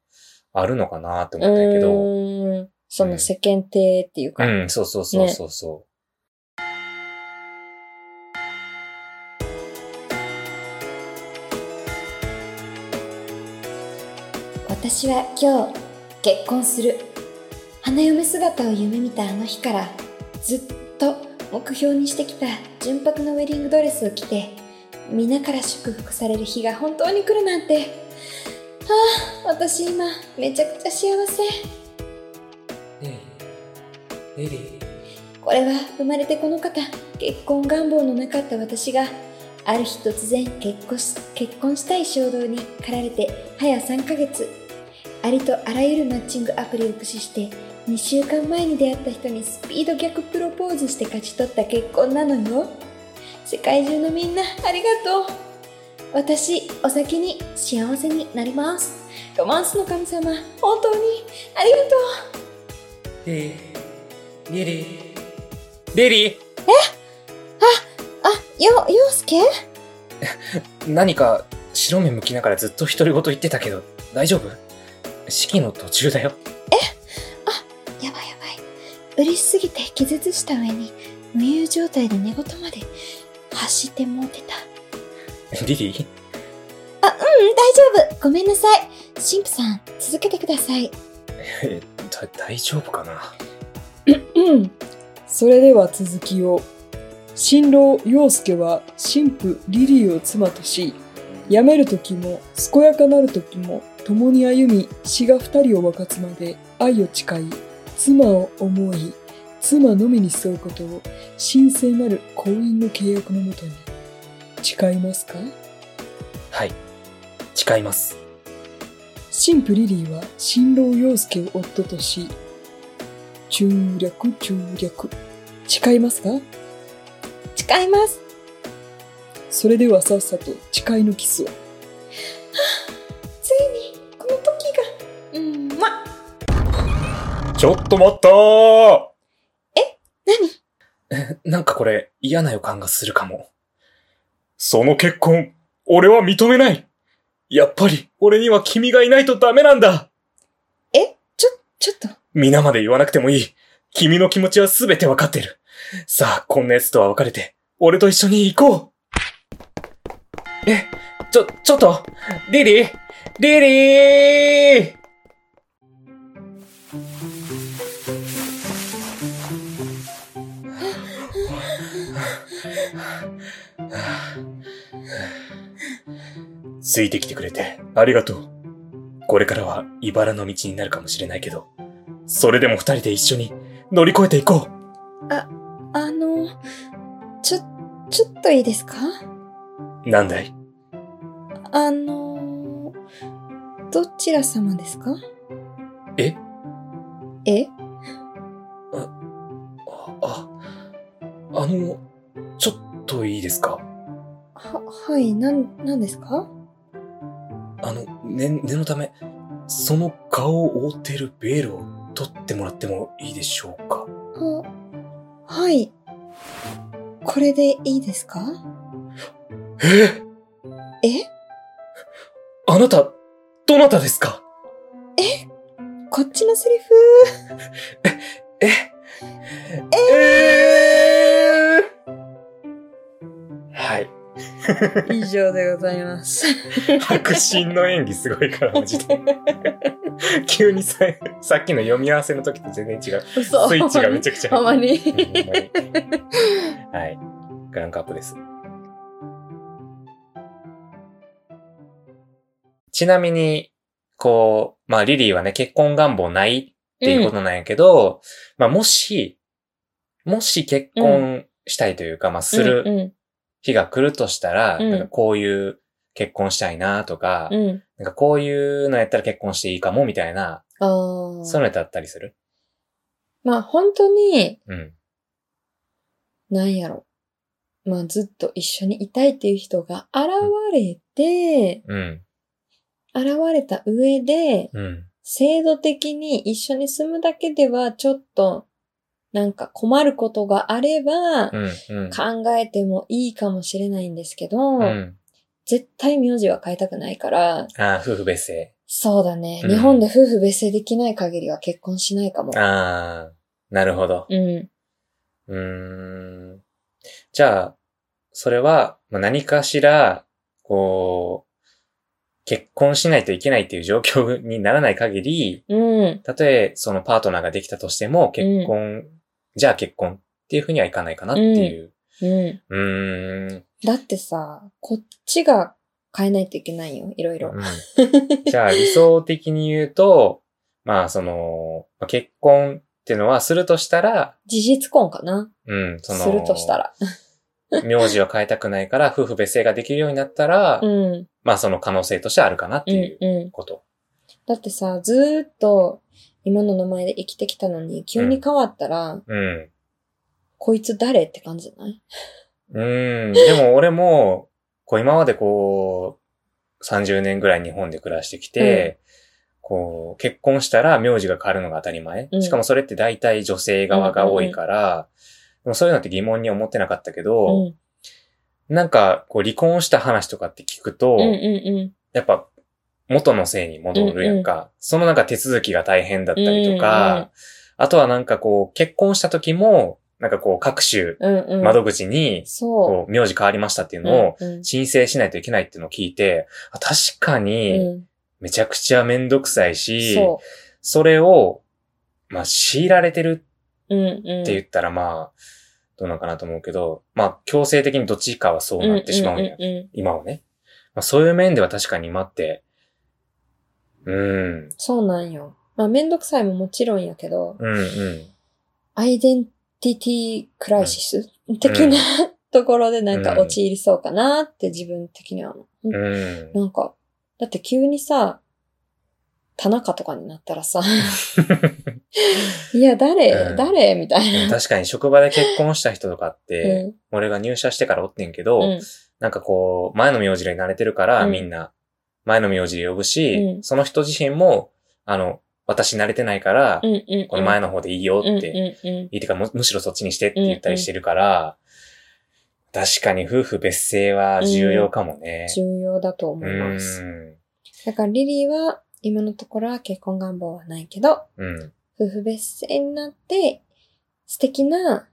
Speaker 1: あるのかなと思ったんやけど、
Speaker 2: うーんその世間体っていうか。
Speaker 1: うん、そうそうそうそうそ
Speaker 2: 私は今日結婚する花嫁姿を夢見たあの日からずっと目標にしてきた純白のウェディングドレスを着て皆から祝福される日が本当に来るなんてああ私今めちゃくちゃ幸せ
Speaker 1: う。ねえ、
Speaker 2: これは生まれてこの方結婚願望のなかった私がある日突然結婚し結婚したい衝動に駆られて早3ヶ月ありとあらゆるマッチングアプリを駆使して2週間前に出会った人にスピード逆プロポーズして勝ち取った結婚なのよ世界中のみんなありがとう私お先に幸せになりますロマンスの神様本当にありがとう
Speaker 1: リリリリリリ
Speaker 2: あよ陽介
Speaker 1: 何か白目向きながらずっと独り言言ってたけど、大丈夫式の途中だよ。
Speaker 2: やばいやばい。嬉しすぎて気絶した上に、無遊状態で寝言まで発してもうてた。
Speaker 1: リリ
Speaker 2: うん、大丈夫ごめんなさい神父さん、続けてください。
Speaker 1: えだ大丈夫かな
Speaker 3: うん。それでは続きを。新郎陽介は新婦リリーを妻とし、病める時も健やかなる時も共に歩み死が二人を分かつまで愛を誓い、妻を思い、妻のみに添うことを神聖なる婚姻の契約のもとに誓いますか
Speaker 1: はい。誓います。
Speaker 3: 新婦リリーは新郎陽介を夫とし、中略中略、誓いますか
Speaker 2: 誓います
Speaker 3: それではさっさと誓いのキスを。
Speaker 2: ついに、この時が。うん、ま、
Speaker 1: ちょっと待ったー
Speaker 2: 何
Speaker 1: (laughs) なんかこれ嫌な予感がするかも。その結婚、俺は認めないやっぱり俺には君がいないとダメなんだ
Speaker 2: え、ちょ、ちょっと。
Speaker 1: 皆まで言わなくてもいい。君の気持ちは全てわかってる。さあ、こんな奴とは別れて、俺と一緒に行こうえ、ちょ、ちょっとリリーリリーついてきてくれてありがとう。これからは茨の道になるかもしれないけど、それでも二人で一緒に乗り越えていこう。
Speaker 2: あの、ちょ、ちょっといいですか
Speaker 1: なんだい
Speaker 2: あの、どちら様ですか
Speaker 1: え
Speaker 2: え
Speaker 1: あ、あ、あの、ちょっといいですか
Speaker 2: は、はい、なん、なんですか
Speaker 1: あの、念、念のため、その顔を覆っているベールを取ってもらってもいいでしょうか
Speaker 2: あ、はい。これでいいですか
Speaker 1: え
Speaker 2: え
Speaker 1: あなた、どなたですか
Speaker 2: こっちのセリフ
Speaker 1: ええー、はい。
Speaker 2: 以上でございます。
Speaker 1: 白真の演技すごいから、マジで。 (laughs) 急にさ、さっきの読み合わせの時と全然違う。
Speaker 2: 嘘
Speaker 1: (laughs) スイッチがめちゃくちゃ
Speaker 2: あま
Speaker 1: う
Speaker 2: り。
Speaker 1: んほんまにはい。クランクアップです。ちなみに、こう、まあ、リリーはね、結婚願望ないっていうことなんやけど、まあ、もし、もし結婚したいというか、まあ、す
Speaker 2: う
Speaker 1: る
Speaker 2: ん
Speaker 1: 日が来るとしたら、
Speaker 2: うん
Speaker 1: なんかこういう結婚したいなとか、
Speaker 2: うん。うん。
Speaker 1: なんかこういうのやったら結婚していいかもみたいな、
Speaker 2: あ
Speaker 1: そういう
Speaker 2: あ。
Speaker 1: のやったらあったりする
Speaker 2: まあ本当に、
Speaker 1: うん。
Speaker 2: なんやろ。まあずっと一緒にいたいっていう人が現れて、
Speaker 1: うん。
Speaker 2: 現れた上で、
Speaker 1: うん。
Speaker 2: 制度的に一緒に住むだけではちょっとなんか困ることがあれ
Speaker 1: う、
Speaker 2: ば
Speaker 1: ん。うん。
Speaker 2: 考えてもいいかもしれないんですけど、
Speaker 1: うん。
Speaker 2: 絶対名字は変えたくないから、
Speaker 1: ああ、夫婦別姓。
Speaker 2: そうだね。
Speaker 1: うん
Speaker 2: 日本で夫婦別姓できない限りは結婚しないかも。
Speaker 1: ああ、なるほど。
Speaker 2: うん。
Speaker 1: うーん。じゃあ、それは、まあ何かしら、こう、結婚しないといけないっていう状況にならない限り、
Speaker 2: うん。
Speaker 1: たとえそのパートナーができたとしても、結婚、じゃあ結婚っていうふうにはいかないかなっていう。
Speaker 2: うん。
Speaker 1: うーん。
Speaker 2: だってさ、こっちが変えないといけないよ。いろいろ。
Speaker 1: うんじゃあ理想的に言うと、まあその、まあ結婚っていうのはするとしたら、
Speaker 2: 事実婚かな
Speaker 1: うん、その、
Speaker 2: するとしたら。
Speaker 1: 名字を変えたくないから、夫婦別姓ができるようになったら、
Speaker 2: うん。
Speaker 1: まあその可能性としてあるかなって
Speaker 2: うん。
Speaker 1: いう
Speaker 2: う
Speaker 1: こと。
Speaker 2: ん。だってさ、ずーっと今の名前で生きてきたのに、急に変わったら、
Speaker 1: うん。
Speaker 2: こいつ誰って感じじゃない
Speaker 1: うん。でも俺も、こう今までこう、30年ぐらい日本で暮らしてきて、こう、結婚したら名字が変わるのが当たり前。
Speaker 2: うん
Speaker 1: しかもそれって大体女性側が多いから、でもそういうのって疑問に思ってなかったけ
Speaker 2: う
Speaker 1: ど、
Speaker 2: ん。
Speaker 1: なんか、こう離婚した話とかって聞くと、
Speaker 2: うんうん
Speaker 1: やっぱ、元のせいに戻るやんか、そのなんか手続きが大変だったりとか、
Speaker 2: うんうん
Speaker 1: あとはなんかこう、結婚した時も、なんかこう、各種
Speaker 2: うん。うんうん。
Speaker 1: 窓口に、
Speaker 2: そ
Speaker 1: こう、名字変わりましたっていう
Speaker 2: う。
Speaker 1: のを、
Speaker 2: うんうん
Speaker 1: 申請しないといけないっていうのを聞いて、あ確かに、
Speaker 2: う
Speaker 1: めちゃくちゃめんどくさい
Speaker 2: ん。
Speaker 1: し、
Speaker 2: そ
Speaker 1: それを、まあ、強いられてる
Speaker 2: う。うんうん。
Speaker 1: って言ったら、まあ、どうなんかなと思うけど、まあ、強制的にどっちかはそうなってしまうんや
Speaker 2: んんんん
Speaker 1: 今はね。まあ、そういう面では確かに今って、うん、
Speaker 2: そうなんよ。まあ、めんどくさいももちろんやけど、
Speaker 1: うん、うん。
Speaker 2: アイデンティティクライシス的な、 (laughs) ところでなんか
Speaker 1: うん
Speaker 2: 陥りそうかなって自分的には思
Speaker 1: う
Speaker 2: う。
Speaker 1: ん。
Speaker 2: なんか、だって急にさ、田中とかになったら
Speaker 1: (laughs)
Speaker 2: さ、いや、誰、
Speaker 1: うん
Speaker 2: 誰みたいな。
Speaker 1: 確かに職場で結婚した人とかっ
Speaker 2: う
Speaker 1: て、
Speaker 2: ん。
Speaker 1: 俺が入社してからおってんけど、
Speaker 2: うん
Speaker 1: なんかこう、前の名字で慣れてるから、
Speaker 2: うん
Speaker 1: みんな、前の名字で呼ぶし、
Speaker 2: うん
Speaker 1: その人自身も、あの、私慣れてないから、
Speaker 2: うんうん。
Speaker 1: この前の方でいいよって、
Speaker 2: うんうんうん。
Speaker 1: いいてかむ、むしろそっちにしてって言ったりしてるから、確かに夫婦別姓は重要かもね。
Speaker 2: 重要だと思
Speaker 1: う
Speaker 2: います。
Speaker 1: ん。
Speaker 2: だからリリーは、今のところは結婚願望はないけど、
Speaker 1: うん。
Speaker 2: 夫婦別姓になって、素敵な、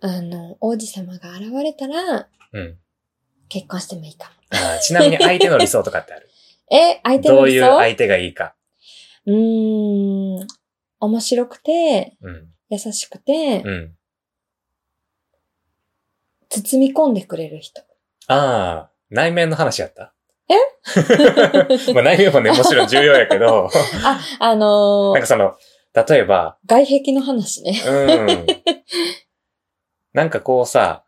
Speaker 2: あの、王子様が現れたら、
Speaker 1: うん。
Speaker 2: 結婚してもいいか
Speaker 1: あーちなみに相手の理想とかってある
Speaker 2: も。え、 (laughs) 相手
Speaker 1: ど
Speaker 2: の
Speaker 1: うい
Speaker 2: 理
Speaker 1: う
Speaker 2: 想
Speaker 1: 相手がいいか。
Speaker 2: うーん。面白くて、
Speaker 1: うん。
Speaker 2: 優しくて、
Speaker 1: うん。
Speaker 2: 包み込んでくれる人。
Speaker 1: ああ、内面の話やった
Speaker 2: え
Speaker 1: (laughs) まあ内面もね、もちろん重要やけ
Speaker 2: (laughs)
Speaker 1: ど、
Speaker 2: あ、あの
Speaker 1: なん
Speaker 2: ー
Speaker 1: か、その、例えば、
Speaker 2: 外壁の話ね。 (laughs)
Speaker 1: うん。なんかこうさ、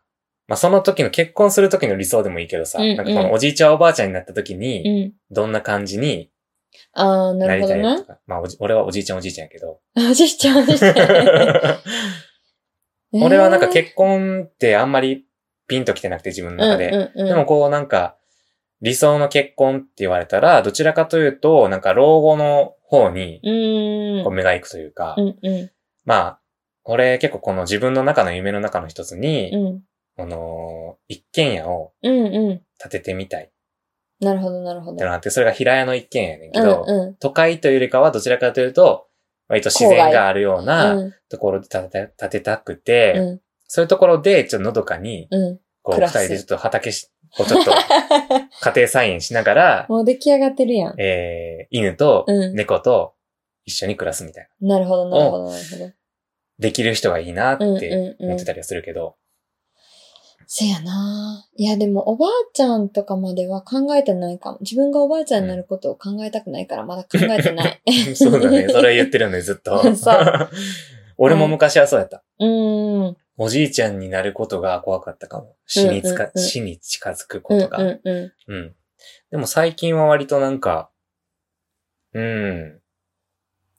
Speaker 1: まあその時の結婚する時の理想でもいいけどさ、
Speaker 2: うんうん
Speaker 1: なんかこのおじいちゃんおばあちゃんになった時
Speaker 2: う
Speaker 1: に、
Speaker 2: ん。
Speaker 1: どんな感じに
Speaker 2: あー、な
Speaker 1: な
Speaker 2: る
Speaker 1: り
Speaker 2: ほ
Speaker 1: た
Speaker 2: ど
Speaker 1: いと
Speaker 2: な。
Speaker 1: か。まあおじ俺はおじいちゃんおじいちゃんやけ
Speaker 2: (laughs)
Speaker 1: ど。
Speaker 2: おじいちゃん、おじいちゃん。
Speaker 1: (laughs) 俺はなんか
Speaker 2: 構
Speaker 1: 結婚ってあんまりピンときてなくて自分の中で。
Speaker 2: うんうんうん、
Speaker 1: でもこうなんか、理想の結婚って言われたら、どちらかというと、なんか老後の方に
Speaker 2: うーん、
Speaker 1: こう目が行くというか、
Speaker 2: うんう
Speaker 1: まあ、俺結構この自分の中の夢の中の一つ
Speaker 2: ん。
Speaker 1: に、
Speaker 2: うん。
Speaker 1: この、一軒家を
Speaker 2: うんう
Speaker 1: 建ててみたいっ
Speaker 2: ん。なるほど、なるほ
Speaker 1: て
Speaker 2: ど。
Speaker 1: のがあって、それが平屋の一軒家やねんけど、
Speaker 2: うんうん。
Speaker 1: 都会というよりかはどちらかというと、割と自然があるよう
Speaker 2: う
Speaker 1: なんところで建て建てたくて、
Speaker 2: うん
Speaker 1: そういうところでちょっとのどかに、
Speaker 2: うん。 (laughs)
Speaker 1: こう
Speaker 2: 暮
Speaker 1: 二
Speaker 2: らす
Speaker 1: 人でちょっと畑し、こうちょっと家庭菜園しながら、
Speaker 2: もう出来上がってるやん。
Speaker 1: えー、犬と
Speaker 2: うん
Speaker 1: 猫と一緒に暮らすみたいな。
Speaker 2: なるほど、なるほど、なるほど。
Speaker 1: できる人がいいなっ
Speaker 2: うん
Speaker 1: て
Speaker 2: うんう
Speaker 1: 思っ
Speaker 2: ん
Speaker 1: て。たりはするけど。
Speaker 2: せやないや、でもおばあちゃんとかまでは考えてないかも。自分がおばあちゃんになることを考えたくないから、まだ考えてない。。
Speaker 1: (laughs) そうだね。それ言ってるよね、ずっと
Speaker 2: (laughs) そう。
Speaker 1: (laughs) 俺も昔はそうやった。
Speaker 2: うーん。
Speaker 1: おじいちゃんになることが怖かったかも。死につか、
Speaker 2: うんうんうん
Speaker 1: 死に近づく
Speaker 2: う
Speaker 1: こ
Speaker 2: ん
Speaker 1: とが、うん
Speaker 2: うんう
Speaker 1: でも最近は割となんか、うん。
Speaker 2: ん。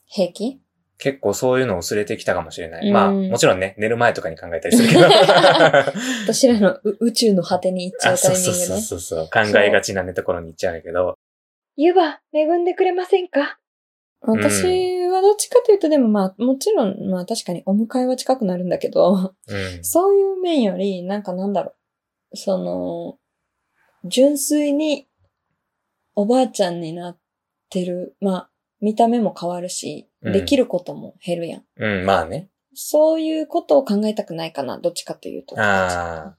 Speaker 2: 平気
Speaker 1: 結構そういうの薄れてきたかもしれない。
Speaker 2: うん
Speaker 1: まあ、もちろんね、寝る前とかに考えたりする
Speaker 2: (laughs)
Speaker 1: けど。 (laughs)
Speaker 2: 私らのう宇宙の果てに行っちゃ
Speaker 1: あ
Speaker 2: うタ
Speaker 1: そう
Speaker 2: イミン
Speaker 1: そう
Speaker 2: グ
Speaker 1: そう
Speaker 2: ね。
Speaker 1: そうそう。考えがちなねところに行っちゃうんやけど。
Speaker 2: 湯葉、恵んでくれませんか
Speaker 1: ん
Speaker 2: 私はどっちかというと、でもまあ、もちろん、まあ確かにお迎えは近くなるんだけど、
Speaker 1: うん。
Speaker 2: そういう面より、なんかなんだろう。その、純粋におばあちゃんになってる。まあ、見た目も変わるし、
Speaker 1: うん
Speaker 2: できることも減るやん。
Speaker 1: うん、まあね。
Speaker 2: そういうことを考えたくないかな、どっちかというと。
Speaker 1: ああ、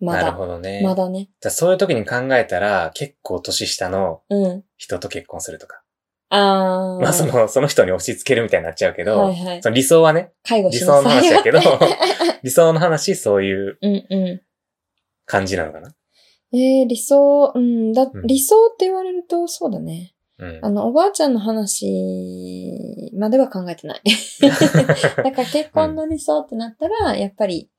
Speaker 2: ま
Speaker 1: なる
Speaker 2: だ。
Speaker 1: ほどね。
Speaker 2: まだね。
Speaker 1: じゃあそういう時に考えたら、結構年下の
Speaker 2: うん。
Speaker 1: 人と結婚するとか。
Speaker 2: あー。
Speaker 1: まあその、そ (laughs) の人に押し付けるみたいになっちゃうけど、
Speaker 2: はいはい。
Speaker 1: その理想はね、
Speaker 2: 介護
Speaker 1: 理
Speaker 2: し
Speaker 1: 想の
Speaker 2: なさい
Speaker 1: 話
Speaker 2: よ
Speaker 1: やけど、理想の話、そういう
Speaker 2: (laughs) うんう
Speaker 1: 感じなのかな。
Speaker 2: ん。えー、理想、うん、だ、
Speaker 1: うん
Speaker 2: 理想って言われると、そうだね。
Speaker 1: うん
Speaker 2: あ。の、おばあちゃんの話までは考え
Speaker 1: (laughs)
Speaker 2: てない。だから結婚の理想ってなったら、やっぱり、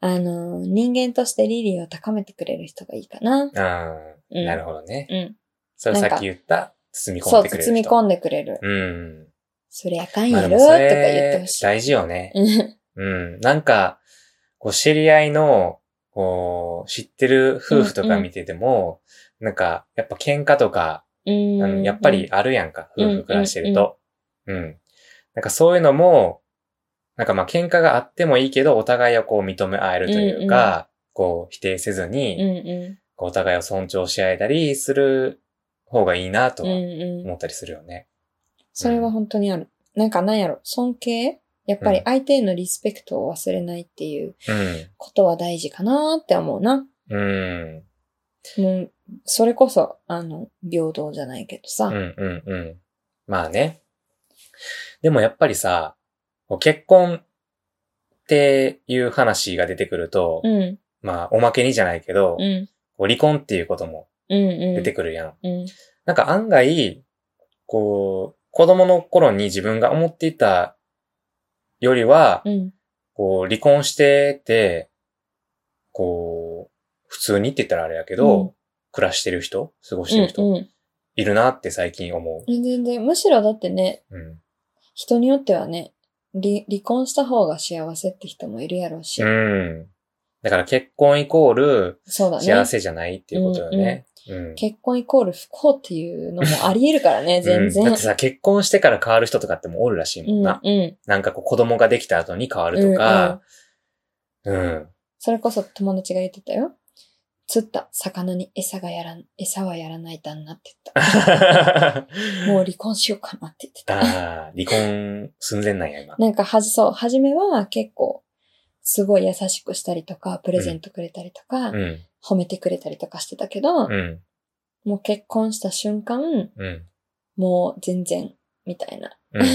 Speaker 2: あの、人間としてリリーを高めてくれる人がいいかな。
Speaker 1: ああ、
Speaker 2: うん
Speaker 1: なるほどね。
Speaker 2: うん。
Speaker 1: それをさ
Speaker 2: なん
Speaker 1: っ
Speaker 2: か
Speaker 1: き言った、包み込
Speaker 2: そ
Speaker 1: ん
Speaker 2: う、
Speaker 1: でくれる
Speaker 2: 包み
Speaker 1: 人。
Speaker 2: 込んでくれる。
Speaker 1: うん。
Speaker 2: そりゃあかん
Speaker 1: まあ
Speaker 2: や
Speaker 1: で
Speaker 2: ろ、
Speaker 1: もそ
Speaker 2: とか
Speaker 1: れ
Speaker 2: 言ってほしい。
Speaker 1: 大事よね。
Speaker 2: うん
Speaker 1: うん。なんか、こう、知り合いの、こう、知ってる夫婦とか見てても、なんか、やっぱ喧嘩とか、
Speaker 2: うん
Speaker 1: あのやっぱり、あるやんか、
Speaker 2: うん
Speaker 1: 夫婦暮らしてると。うん。なんかそういうのも、なんかまあ喧嘩があってもいいけど、お互いをこう認め合えるというか、こう否定せず
Speaker 2: うん
Speaker 1: に、
Speaker 2: う
Speaker 1: こうお互いを尊重し合えたりする方がいいなと
Speaker 2: ん。う
Speaker 1: は
Speaker 2: んうん。
Speaker 1: 思ったりするよね。
Speaker 2: それは本当にある。なんかなんやろ、尊敬やっぱり相手へのリスペクトを忘れないっていう
Speaker 1: うん。
Speaker 2: ことは大事かなって思うな。
Speaker 1: うん。
Speaker 2: もう、それこそ、あの、平等じゃないけどさ。
Speaker 1: うんうんうん。まあね。でもやっぱりさ、こう結婚っていう話が出てくると、
Speaker 2: うん、
Speaker 1: まあおまけにじゃないけど、
Speaker 2: うん、
Speaker 1: こう離婚っていうことも
Speaker 2: うん、うん。
Speaker 1: 出てくるやん。
Speaker 2: うん、
Speaker 1: なんか案外、こう、子供の頃に自分が思っていたよりは、
Speaker 2: うん、
Speaker 1: こう、離婚してて、こう、普通にって言ったらあれやけど、
Speaker 2: うん
Speaker 1: 暮らしてる人、過ごしてる人、
Speaker 2: うんうん
Speaker 1: いるなって最近思
Speaker 2: 全然、むしろだってね、
Speaker 1: う。うん。
Speaker 2: 人によってはね、離離婚した方が幸せって人もいるやろうし。
Speaker 1: うん。だから結婚イコール
Speaker 2: そうだね。
Speaker 1: 幸せじゃないっていうことよね。うん。
Speaker 2: 結婚イコール不幸っていうのもあり得るからね、全
Speaker 1: うんだ
Speaker 2: 然。
Speaker 1: ってさ、結婚してから変わる人とかってもおるらしいもんな。
Speaker 2: うん、うん。
Speaker 1: なんかこう子供ができた後に変わるとか、うん。
Speaker 2: それこそ友達が言ってたよ。釣った魚に餌がやらん、餌はやらない旦那って言っ
Speaker 1: (laughs)
Speaker 2: た。もう離婚しようかなって言って
Speaker 1: あ
Speaker 2: た。
Speaker 1: あ、離婚寸前なんや、今。
Speaker 2: なんかはじ、そう、初めは結構、すごい優しくしたりとか、プレゼントくれたりとか、
Speaker 1: うん、
Speaker 2: 褒めてくれたりとかしてたけど、
Speaker 1: うん、
Speaker 2: もう結婚した瞬間、
Speaker 1: うん、
Speaker 2: もう全然、みたいな。
Speaker 1: うん、うん。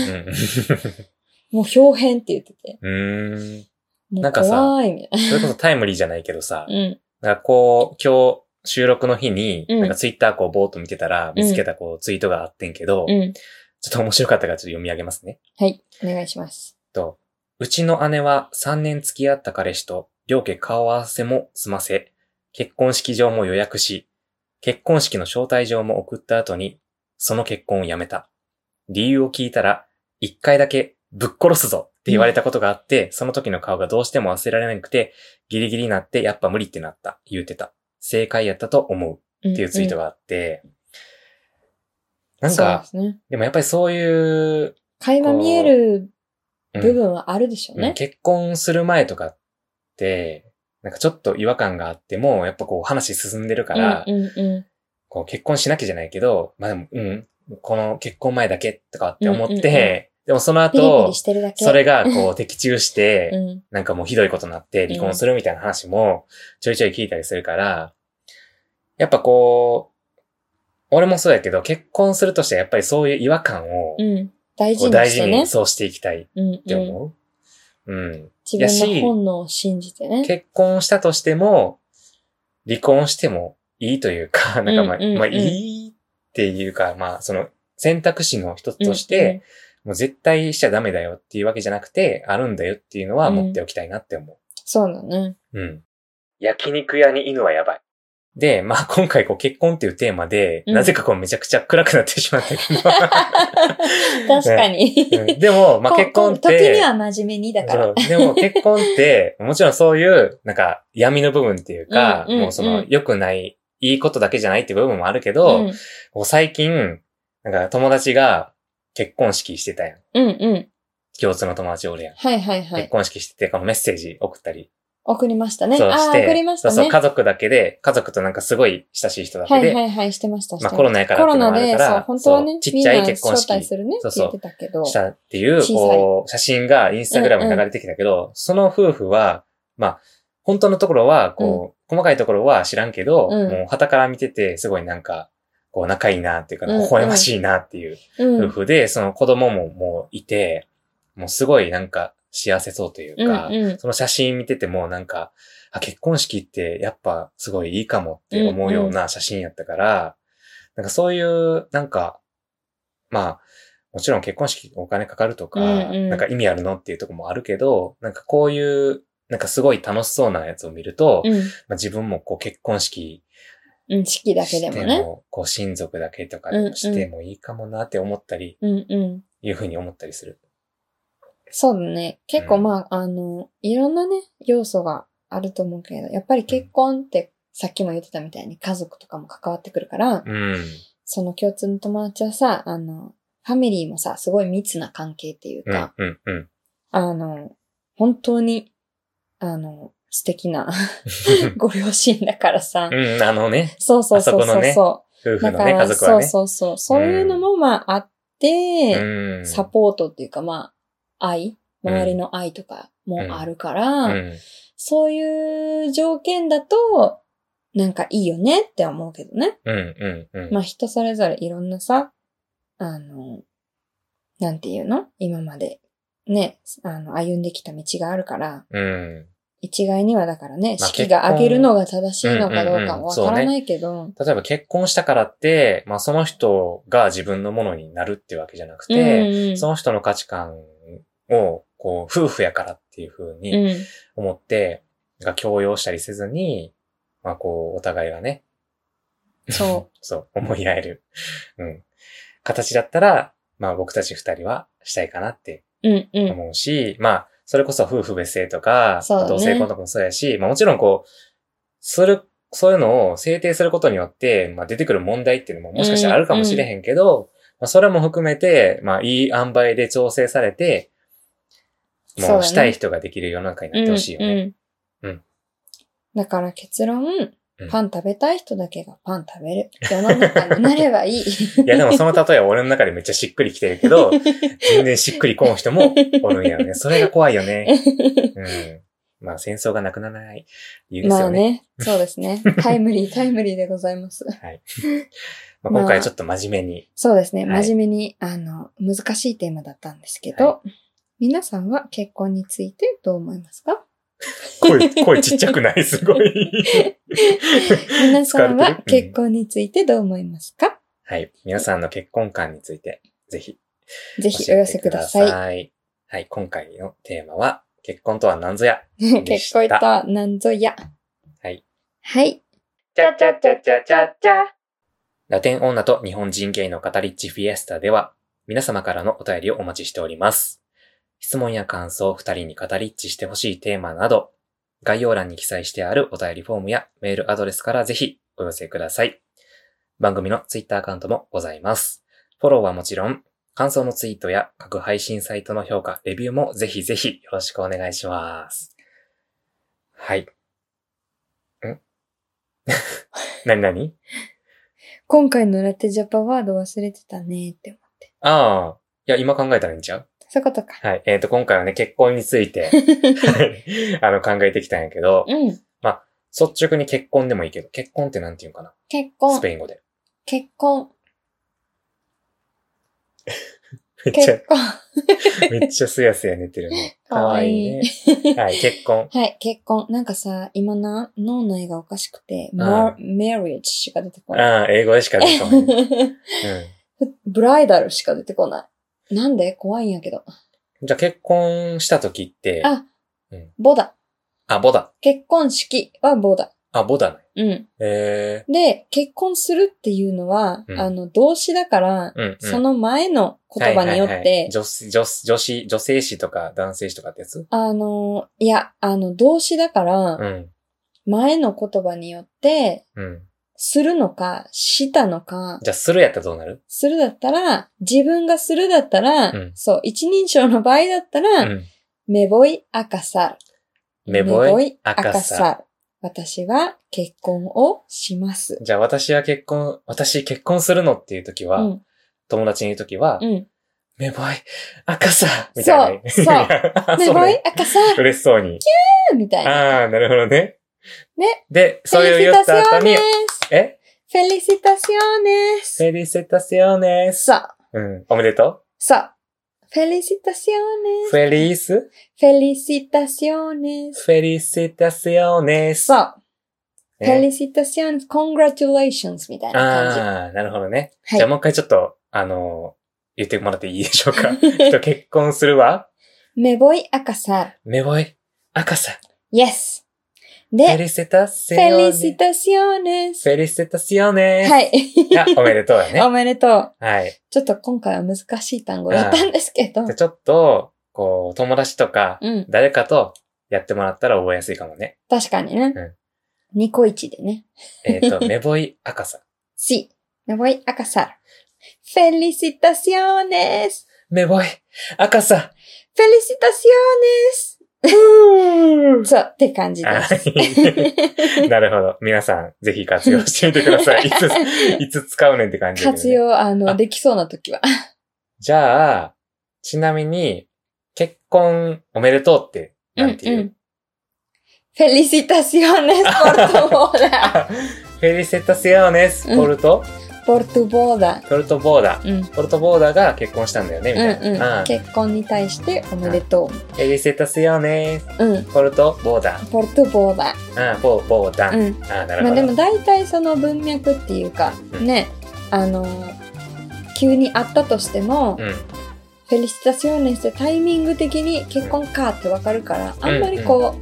Speaker 2: もう表変って言ってて、
Speaker 1: うーん。
Speaker 2: も
Speaker 1: な
Speaker 2: うん
Speaker 1: かさ
Speaker 2: 怖いみたい
Speaker 1: それこそタイムリーじゃないけどさ、
Speaker 2: な。うん。
Speaker 1: なんかこう、今日収録の日に、
Speaker 2: うん
Speaker 1: なんかツイッターこうぼーっと見てたら、
Speaker 2: うん
Speaker 1: 見つけたこうツイートがあってんけど、
Speaker 2: うん。
Speaker 1: ちょっと面白かったからちょっと読み上げますね。
Speaker 2: はい。お願いします。
Speaker 1: と、うちの姉は3年付き合った彼氏と、両家顔合わせも済ませ、結婚式場も予約し、結婚式の招待状も送った後に、その結婚をやめた。理由を聞いたら、一回だけ、ぶっ殺すぞって言われたことがあって、その時の顔がどうしても忘れられなくて、ギリギリになって、やっぱ無理ってなった、言うてた。正解やったと思
Speaker 2: っ
Speaker 1: うっていうツイートがあって、なん
Speaker 2: そうで
Speaker 1: か、
Speaker 2: すね。
Speaker 1: でもやっぱりそういう、
Speaker 2: 垣間見える
Speaker 1: うん
Speaker 2: 部分はあるでしょう
Speaker 1: うん
Speaker 2: ね。
Speaker 1: 結婚する前とかって、なんかちょっと違和感があっても、やっぱこう話進んでるから、
Speaker 2: うんうんうん。
Speaker 1: こう結婚しなきゃじゃないけど、まあでも、うん、この結婚前だけとかって思って、
Speaker 2: うんうんうん
Speaker 1: でもその
Speaker 2: ピリピ
Speaker 1: 後
Speaker 2: リし、てるだけ。
Speaker 1: それがこう的中して、
Speaker 2: うん。
Speaker 1: なんかもうひどいことになって離婚するみたいな話もちょいちょい聞いたりするから、やっぱこう、俺もそうやけど、結婚するとしてはやっぱりそういう違和感を
Speaker 2: うん。大
Speaker 1: こ
Speaker 2: 事
Speaker 1: う
Speaker 2: に
Speaker 1: 大
Speaker 2: し
Speaker 1: 事
Speaker 2: てね
Speaker 1: に。そうしていきたいっ
Speaker 2: うん
Speaker 1: て
Speaker 2: うん。
Speaker 1: 思う。うん
Speaker 2: 自分の本能を信じてね。
Speaker 1: 結婚したとしても、離婚してもいいというか、 (laughs) なんかまあ、
Speaker 2: うんうんうん
Speaker 1: まあいいっていうか、まあその選択肢の一つとして、もう絶対しちゃダメだよっていうわけじゃなくて、あるんだよっていうのは持っておきたいなって思 (laughs)
Speaker 2: そうだね。
Speaker 1: う。うん。焼肉屋に犬はやばい。で、まあ今回こう結婚っていうテーマで、
Speaker 2: うん
Speaker 1: なぜかこうめちゃくちゃ暗くなってしまったけ
Speaker 2: 確かに。 (laughs)
Speaker 1: ど。うんでも、まあ
Speaker 2: こ
Speaker 1: 結婚っ
Speaker 2: こ時に
Speaker 1: て、
Speaker 2: は真面目にだから。
Speaker 1: そうでも結婚
Speaker 2: (laughs)
Speaker 1: って、もちろんそういう、なんか闇の部分っていうか、
Speaker 2: うんうんうん
Speaker 1: もうその良くない、いいことだけじゃないっていう部分もあるけど、
Speaker 2: うん、
Speaker 1: こう最近、なんか友達が結婚式してたやん。
Speaker 2: うん、うん。
Speaker 1: 共通の友達おるやん。
Speaker 2: はいはいは
Speaker 1: 結
Speaker 2: い。
Speaker 1: 婚式してて、このメッセージ送ったり
Speaker 2: 送りましたね。
Speaker 1: そう
Speaker 2: あ
Speaker 1: し
Speaker 2: あ、
Speaker 1: て、
Speaker 2: 送りまし
Speaker 1: そ
Speaker 2: た
Speaker 1: うそう、
Speaker 2: ね。
Speaker 1: 家族だけで、家族となんかすごい親しい人だ
Speaker 2: は
Speaker 1: けで、
Speaker 2: いはいはい、してました。して
Speaker 1: まあ
Speaker 2: ました
Speaker 1: コロナやから
Speaker 2: コ
Speaker 1: っ
Speaker 2: ロ
Speaker 1: ていうの
Speaker 2: ナ
Speaker 1: もある
Speaker 2: で、
Speaker 1: か
Speaker 2: そう、
Speaker 1: ら、
Speaker 2: 本当はね、
Speaker 1: ちっ
Speaker 2: みん
Speaker 1: ち
Speaker 2: な
Speaker 1: ゃい結婚
Speaker 2: 招
Speaker 1: 式
Speaker 2: 待するね
Speaker 1: そう
Speaker 2: って
Speaker 1: そう
Speaker 2: 言ってたけど。
Speaker 1: したっていう、
Speaker 2: 小さい
Speaker 1: こう、写真がインスタグラムに流れてきたけど、その夫婦は、まあ、本当のところは、こう、細かいところは知らんけど、
Speaker 2: うん
Speaker 1: もう旗から見てて、すごいなんか、こう、仲いいなっていうか、
Speaker 2: うんうん
Speaker 1: 微笑ましいなっていう
Speaker 2: う
Speaker 1: 夫
Speaker 2: ん。
Speaker 1: 婦で、その子供ももういて、もうすごいなんか幸せそうという
Speaker 2: うん
Speaker 1: か、
Speaker 2: うん
Speaker 1: その写真見ててもなんか、あ、結婚式ってやっぱすごいいいかもって思うような写真やったから、なんかそういう、なんか、まあ、もちろん結婚式お金かかるとか、
Speaker 2: うんうん
Speaker 1: なんか意味あるのっていうとこもあるけど、なんかこういう、なんかすごい楽しそうなやつを見ると、
Speaker 2: うん。
Speaker 1: まあ、自分もこう結婚式
Speaker 2: うん、式だけ
Speaker 1: し
Speaker 2: で
Speaker 1: て
Speaker 2: も
Speaker 1: も、
Speaker 2: ね。
Speaker 1: こう親族だけとか
Speaker 2: うんうん
Speaker 1: してもいいかもなって思ったり、
Speaker 2: うんうん。
Speaker 1: いうふうに思ったりする。
Speaker 2: そうだね。結構
Speaker 1: うん
Speaker 2: まあ、あの、いろんなね、要素があると思うけど、やっぱり結婚って、さっきも言ってたみたいに家族とかも関わってくるから、
Speaker 1: うん。
Speaker 2: その共通の友達はさ、あの、ファミリーもさ、すごい密な関係っていう
Speaker 1: う
Speaker 2: か
Speaker 1: ん、、うん、うん。
Speaker 2: あの、本当に、あの、素敵
Speaker 1: (laughs)
Speaker 2: なご両親だからさ、
Speaker 1: うん、あのね、
Speaker 2: そうそうそう
Speaker 1: あそこ
Speaker 2: そ
Speaker 1: の
Speaker 2: う
Speaker 1: ね
Speaker 2: そ
Speaker 1: 夫
Speaker 2: う。
Speaker 1: 婦
Speaker 2: だ
Speaker 1: の
Speaker 2: か
Speaker 1: ね、家
Speaker 2: ら、
Speaker 1: 族
Speaker 2: そ
Speaker 1: は
Speaker 2: う
Speaker 1: ね。
Speaker 2: そうそう。そういうのもまああって、
Speaker 1: うん
Speaker 2: サポートっていうか、まあ、愛、周りの愛とかもあるから、
Speaker 1: うん
Speaker 2: そういう条件だと、なんかいいよねって思うけどね。
Speaker 1: うんうんうん。
Speaker 2: まあ人それぞれいろんなさ、あの、なんていうの今までね、あの、歩んできた道があるから、
Speaker 1: うん。
Speaker 2: 一概にはだからね、
Speaker 1: まあ
Speaker 2: 式が上げるのが正しいのかど
Speaker 1: うん
Speaker 2: うか
Speaker 1: うんうん
Speaker 2: わ
Speaker 1: そうね
Speaker 2: からないけど、
Speaker 1: 例えば結婚したからって、まあその人が自分のものになるってわけじゃなくて、
Speaker 2: うんうん
Speaker 1: その人の価値観を、こう、夫婦やからっていうふう
Speaker 2: う
Speaker 1: に
Speaker 2: ん
Speaker 1: 思って、が強要したりせずに、まあこう、お互いがね、
Speaker 2: そう。
Speaker 1: そう、思い合える、うん。形だったら、まあ僕たち二人はしたいかなって
Speaker 2: うんうん。
Speaker 1: 思うし、まあ、それこそ夫婦別姓とか、
Speaker 2: そうだね
Speaker 1: 同性婚とかもそうやし、まあもちろんこう、それ、そういうのを制定することによって、まあ出てくる問題っていうのももしかしたらあるかもしれへんけど、まあそれも含めて、まあいい塩梅で調整されて、
Speaker 2: そ
Speaker 1: も
Speaker 2: うだ
Speaker 1: う
Speaker 2: ね
Speaker 1: したい人ができる世の中になってほしいよね。
Speaker 2: うんうん
Speaker 1: うん
Speaker 2: だから結論、
Speaker 1: ん
Speaker 2: パン食べたい人だけがパン食べる。世の中になればいい。
Speaker 1: いやでもその例えは俺の中でめっちゃしっくりきてるけ
Speaker 2: (laughs)
Speaker 1: ど、全然しっくりこん人も (laughs) おるんやよね。それが怖いよ
Speaker 2: (laughs)
Speaker 1: ね。うん。まあ戦争がなくならない理由です
Speaker 2: まあ
Speaker 1: よね。
Speaker 2: ね、そうですね。タイムリー、タイムリーでございます。
Speaker 1: まあ今回ちょっと真面目に。
Speaker 2: そうですね。
Speaker 1: はい
Speaker 2: 真面目に、あの、難しいテーマだったんですけど、皆さんは結婚についてどう思いますか
Speaker 1: 声、声ちっちゃくない (laughs) すごい。
Speaker 2: 皆さ
Speaker 1: 疲
Speaker 2: ん
Speaker 1: れて
Speaker 2: は
Speaker 1: るうん
Speaker 2: 結婚についてどう思いますか、
Speaker 1: はい。皆さんの結婚観について、ぜひ、
Speaker 2: ぜひお寄せください。
Speaker 1: い。はい。今回のテーマは、結婚とは何ぞや。でし
Speaker 2: (laughs) 結
Speaker 1: た
Speaker 2: 婚とは何ぞや。
Speaker 1: はい。
Speaker 2: はい。
Speaker 1: ちゃちゃちゃちゃちゃちゃ。ラテン女と日本人ゲイの語りッチフィエスタでは、皆様からのお便りをお待ちしております。質問や感想、二人に語りッチしてほしいテーマなど、概要欄に記載してあるお便りフォームやメールアドレスからぜひお寄せください。番組のツイッターアカウントもございます。フォローはもちろん、感想のツイートや各配信サイトの評価、レビューもぜひぜひよろしくお願いします。はい。んなになに
Speaker 2: 今回のラテジャパワード忘れてたねって思う。
Speaker 1: ああ。いや、今考えたらいいんちゃう
Speaker 2: そういうことか。
Speaker 1: はい。えっ、と、今回はね、結婚につい
Speaker 2: (laughs)
Speaker 1: て、はいあの、考えてきたんやけど、
Speaker 2: うん。
Speaker 1: 率直に結婚でもいいけど、結婚ってなんて言うんかな
Speaker 2: 結
Speaker 1: ス
Speaker 2: 婚、
Speaker 1: ペイン語で。
Speaker 2: 結婚、
Speaker 1: めっちゃ (laughs)
Speaker 2: 結、婚。
Speaker 1: めっちゃすやすや寝てるね。
Speaker 2: (laughs) かわいい
Speaker 1: かね。はい、結
Speaker 2: (laughs)
Speaker 1: 婚。
Speaker 2: はい、結婚。なんかさ、今な、脳内がおかしくて、
Speaker 1: ん
Speaker 2: マリアージしか出てこない。
Speaker 1: ああ、英語でしか出てこない。
Speaker 2: (laughs) ブライダルしか出てこない。なんで怖いんやけど。
Speaker 1: うん。じゃあ、結婚した時って、
Speaker 2: あ、
Speaker 1: うん
Speaker 2: ボダ。
Speaker 1: あ、ボだ。
Speaker 2: 結婚式はボダ。
Speaker 1: あ、ボダない。
Speaker 2: うん。
Speaker 1: え
Speaker 2: で、結婚するっていうのは、
Speaker 1: うん
Speaker 2: あの、動詞だから、
Speaker 1: えー。うん、うん。
Speaker 2: その前の言葉によって、
Speaker 1: はいはいはい女子、女子、女子、女性詞とか男性詞とかってやつ
Speaker 2: あの、いや、あの、動詞だから、
Speaker 1: うん。
Speaker 2: 前の言葉によって、
Speaker 1: うん。
Speaker 2: するのか、したのか、
Speaker 1: じゃあ、するやったらどうなる
Speaker 2: するだったら、自分がするだったら、
Speaker 1: うん
Speaker 2: そう、一人称の場合だった
Speaker 1: う
Speaker 2: ら、
Speaker 1: ん。
Speaker 2: めぼい赤さ
Speaker 1: めぼい。
Speaker 2: い赤
Speaker 1: 赤さ
Speaker 2: さ私は結婚をします。
Speaker 1: じゃあ、私は結婚、私結婚するのっていう時
Speaker 2: う
Speaker 1: は、
Speaker 2: ん。
Speaker 1: 友達に言う時は、
Speaker 2: うん。
Speaker 1: めぼい、赤さみたいな。
Speaker 2: そうそう
Speaker 1: あ (laughs)
Speaker 2: め
Speaker 1: そう
Speaker 2: ぼい
Speaker 1: ね。
Speaker 2: 赤さ
Speaker 1: 嬉しそうに。
Speaker 2: みたいな。
Speaker 1: ああ、なるほどね。
Speaker 2: ね。
Speaker 1: で、
Speaker 2: フ
Speaker 1: それ
Speaker 2: ェ
Speaker 1: を
Speaker 2: リシ
Speaker 1: 言っ
Speaker 2: タシ
Speaker 1: た
Speaker 2: オ
Speaker 1: 後に
Speaker 2: ネ、
Speaker 1: え
Speaker 2: スフェリシタシオネス
Speaker 1: フェリセタシオネス。
Speaker 2: そう、
Speaker 1: うん。おめでと
Speaker 2: そう。フェリシタシオ
Speaker 1: う。
Speaker 2: ネ
Speaker 1: フェリース
Speaker 2: スフェリシタシオネス
Speaker 1: フェリセタシオネス。
Speaker 2: そう。
Speaker 1: ね
Speaker 2: フェリシタシオネス、congratulations みたいな感
Speaker 1: ああ、なるほどね。
Speaker 2: はい
Speaker 1: じゃあもう一回ちょっと、あのー言ってもらっていいでしょう
Speaker 2: (laughs)
Speaker 1: か。
Speaker 2: じ。
Speaker 1: と結婚するわ。
Speaker 2: めぼい赤さ
Speaker 1: めぼい、赤さ、
Speaker 2: yes。
Speaker 1: フェ
Speaker 2: で、
Speaker 1: リセタシ
Speaker 2: フ
Speaker 1: オネ
Speaker 2: ェリ
Speaker 1: ス。
Speaker 2: シタシオネス
Speaker 1: フ。ェリセタシオネス。。
Speaker 2: はいい。
Speaker 1: おめでとうや
Speaker 2: (laughs) お
Speaker 1: ね。
Speaker 2: めでとう。
Speaker 1: はい。
Speaker 2: ちょっと今回は難しい単語だったんですけど
Speaker 1: じゃあ。ちょっと、こう、友達とか、
Speaker 2: うん。
Speaker 1: 誰かとやってもらったら覚えやすいかも
Speaker 2: (laughs)
Speaker 1: ね。
Speaker 2: 確かにね
Speaker 1: うん。
Speaker 2: ニコイチでね。
Speaker 1: えっ、と、めぼい赤さ。
Speaker 2: Sí, me voy a casar. Felicitaciones!
Speaker 1: めぼい赤さ。
Speaker 2: Felicitaciones! そう、って感じです。 (laughs)
Speaker 1: はい (laughs) なるほど。皆さん、ぜひ活用してみてください。い
Speaker 2: (laughs)
Speaker 1: つ、いつ使うねんって感じ、ね。
Speaker 2: 活用、あの、
Speaker 1: あ
Speaker 2: できそうな時は。
Speaker 1: じゃあ、ちなみに、結婚おめでとうって、なんていう。
Speaker 2: んん Felicitaciones por
Speaker 1: (laughs)
Speaker 2: tu boda!
Speaker 1: あフェリセタセオネス、
Speaker 2: うん
Speaker 1: ポルト、
Speaker 2: por tu boda!
Speaker 1: ポルトボーダー。
Speaker 2: うん。
Speaker 1: ポルトボーダーが結婚したんだよね、み
Speaker 2: う
Speaker 1: たい
Speaker 2: ん
Speaker 1: な。あ
Speaker 2: うん。結婚に対しておめでと
Speaker 1: フェリセタセオネス、
Speaker 2: う。うん。
Speaker 1: ポルトボーダ
Speaker 2: por tu boda!
Speaker 1: ー。あボー、ボーダー。
Speaker 2: うん。
Speaker 1: あなる
Speaker 2: まあ
Speaker 1: ほ
Speaker 2: で
Speaker 1: ど。
Speaker 2: も大体その文脈っていうか、
Speaker 1: うん
Speaker 2: ねあの急に会ったとしても、
Speaker 1: うん。
Speaker 2: フェリシタシオネスってタイミング的に結婚かってわかるからあんまりこう、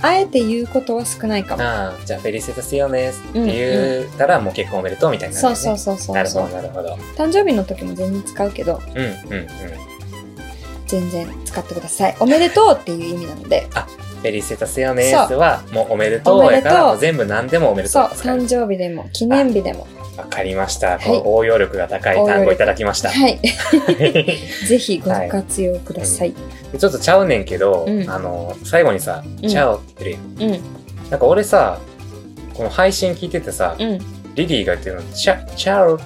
Speaker 2: あえて言うことは少ないかも、
Speaker 1: あじゃあ、フェリセタセオネスって言ったら、もう結婚おめでとうみたいになる
Speaker 2: そ
Speaker 1: よ
Speaker 2: う
Speaker 1: ね。
Speaker 2: そうそうそ
Speaker 1: な
Speaker 2: う
Speaker 1: るほど、
Speaker 2: そう
Speaker 1: なるほど。
Speaker 2: 誕生日の時も全然使うけど
Speaker 1: うん、うん、うん。
Speaker 2: 全然使ってくださいおめでとうっていう意味なので
Speaker 1: フェリセタセオネスは、もうおめでとうやか
Speaker 2: おめでと
Speaker 1: ら、
Speaker 2: う
Speaker 1: もう全部何でもおめでと
Speaker 2: そうう
Speaker 1: って使える
Speaker 2: 誕生日でも記念日でも
Speaker 1: わかりました。
Speaker 2: はい
Speaker 1: こう応用力が高い単語いただきました。
Speaker 2: は
Speaker 1: (laughs)
Speaker 2: い (laughs)
Speaker 1: ち
Speaker 2: ぜひご活用ください、
Speaker 1: ょっとちゃうねんけど、
Speaker 2: うん
Speaker 1: あの、最後にさ、
Speaker 2: うん
Speaker 1: ちゃうって言ってるやん。
Speaker 2: うん
Speaker 1: なんか俺さ、この配信聞いててさ、
Speaker 2: うん
Speaker 1: リリーが言ってるの、ちゃ、ちゃう、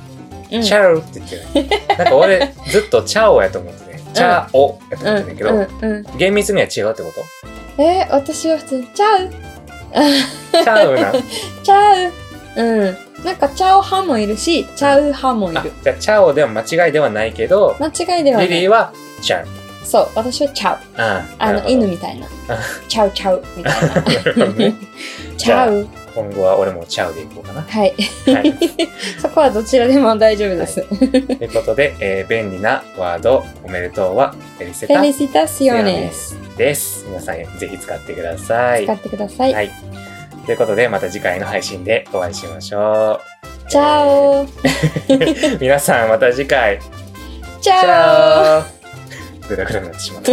Speaker 2: うん
Speaker 1: ちゃうって言ってる。
Speaker 2: (laughs)
Speaker 1: なんか俺、ずっとちゃおやと思ってね。ちゃおやと思ってんだけど、
Speaker 2: うんうん
Speaker 1: 厳密には違うってこと
Speaker 2: えー私は普通に「ちゃう」
Speaker 1: ちゃうな。
Speaker 2: 「ち (laughs) ゃう」うんなんか「ちゃう」派もいるし「ちゃう」派もい
Speaker 1: あ
Speaker 2: る
Speaker 1: じゃあ、ちゃおでは間違いではないけど、
Speaker 2: 間違いではな
Speaker 1: リリー
Speaker 2: い
Speaker 1: は、ちゃう。
Speaker 2: そう私は「ちゃう」
Speaker 1: あ
Speaker 2: あの犬みたいな「ちゃうちゃう」み
Speaker 1: (laughs)
Speaker 2: たいな「ちゃう
Speaker 1: 今後は俺もちゃうでいこうかな」。
Speaker 2: はい (laughs)
Speaker 1: はい。
Speaker 2: そこはどちらでも大丈夫です、
Speaker 1: ということで、えー便利なワード、おめでとうは、フェリセ
Speaker 2: フェ
Speaker 1: タ
Speaker 2: リシタシオネス
Speaker 1: です。皆さん、ぜひ使ってください。
Speaker 2: 使ってください、
Speaker 1: はい。ということで、また次回の配信でお会いしましょう。
Speaker 2: チャオ
Speaker 1: えー皆さん、また次回。
Speaker 2: チ
Speaker 1: チ
Speaker 2: ャ
Speaker 1: ャ
Speaker 2: オ
Speaker 1: オグダグダになってしまった。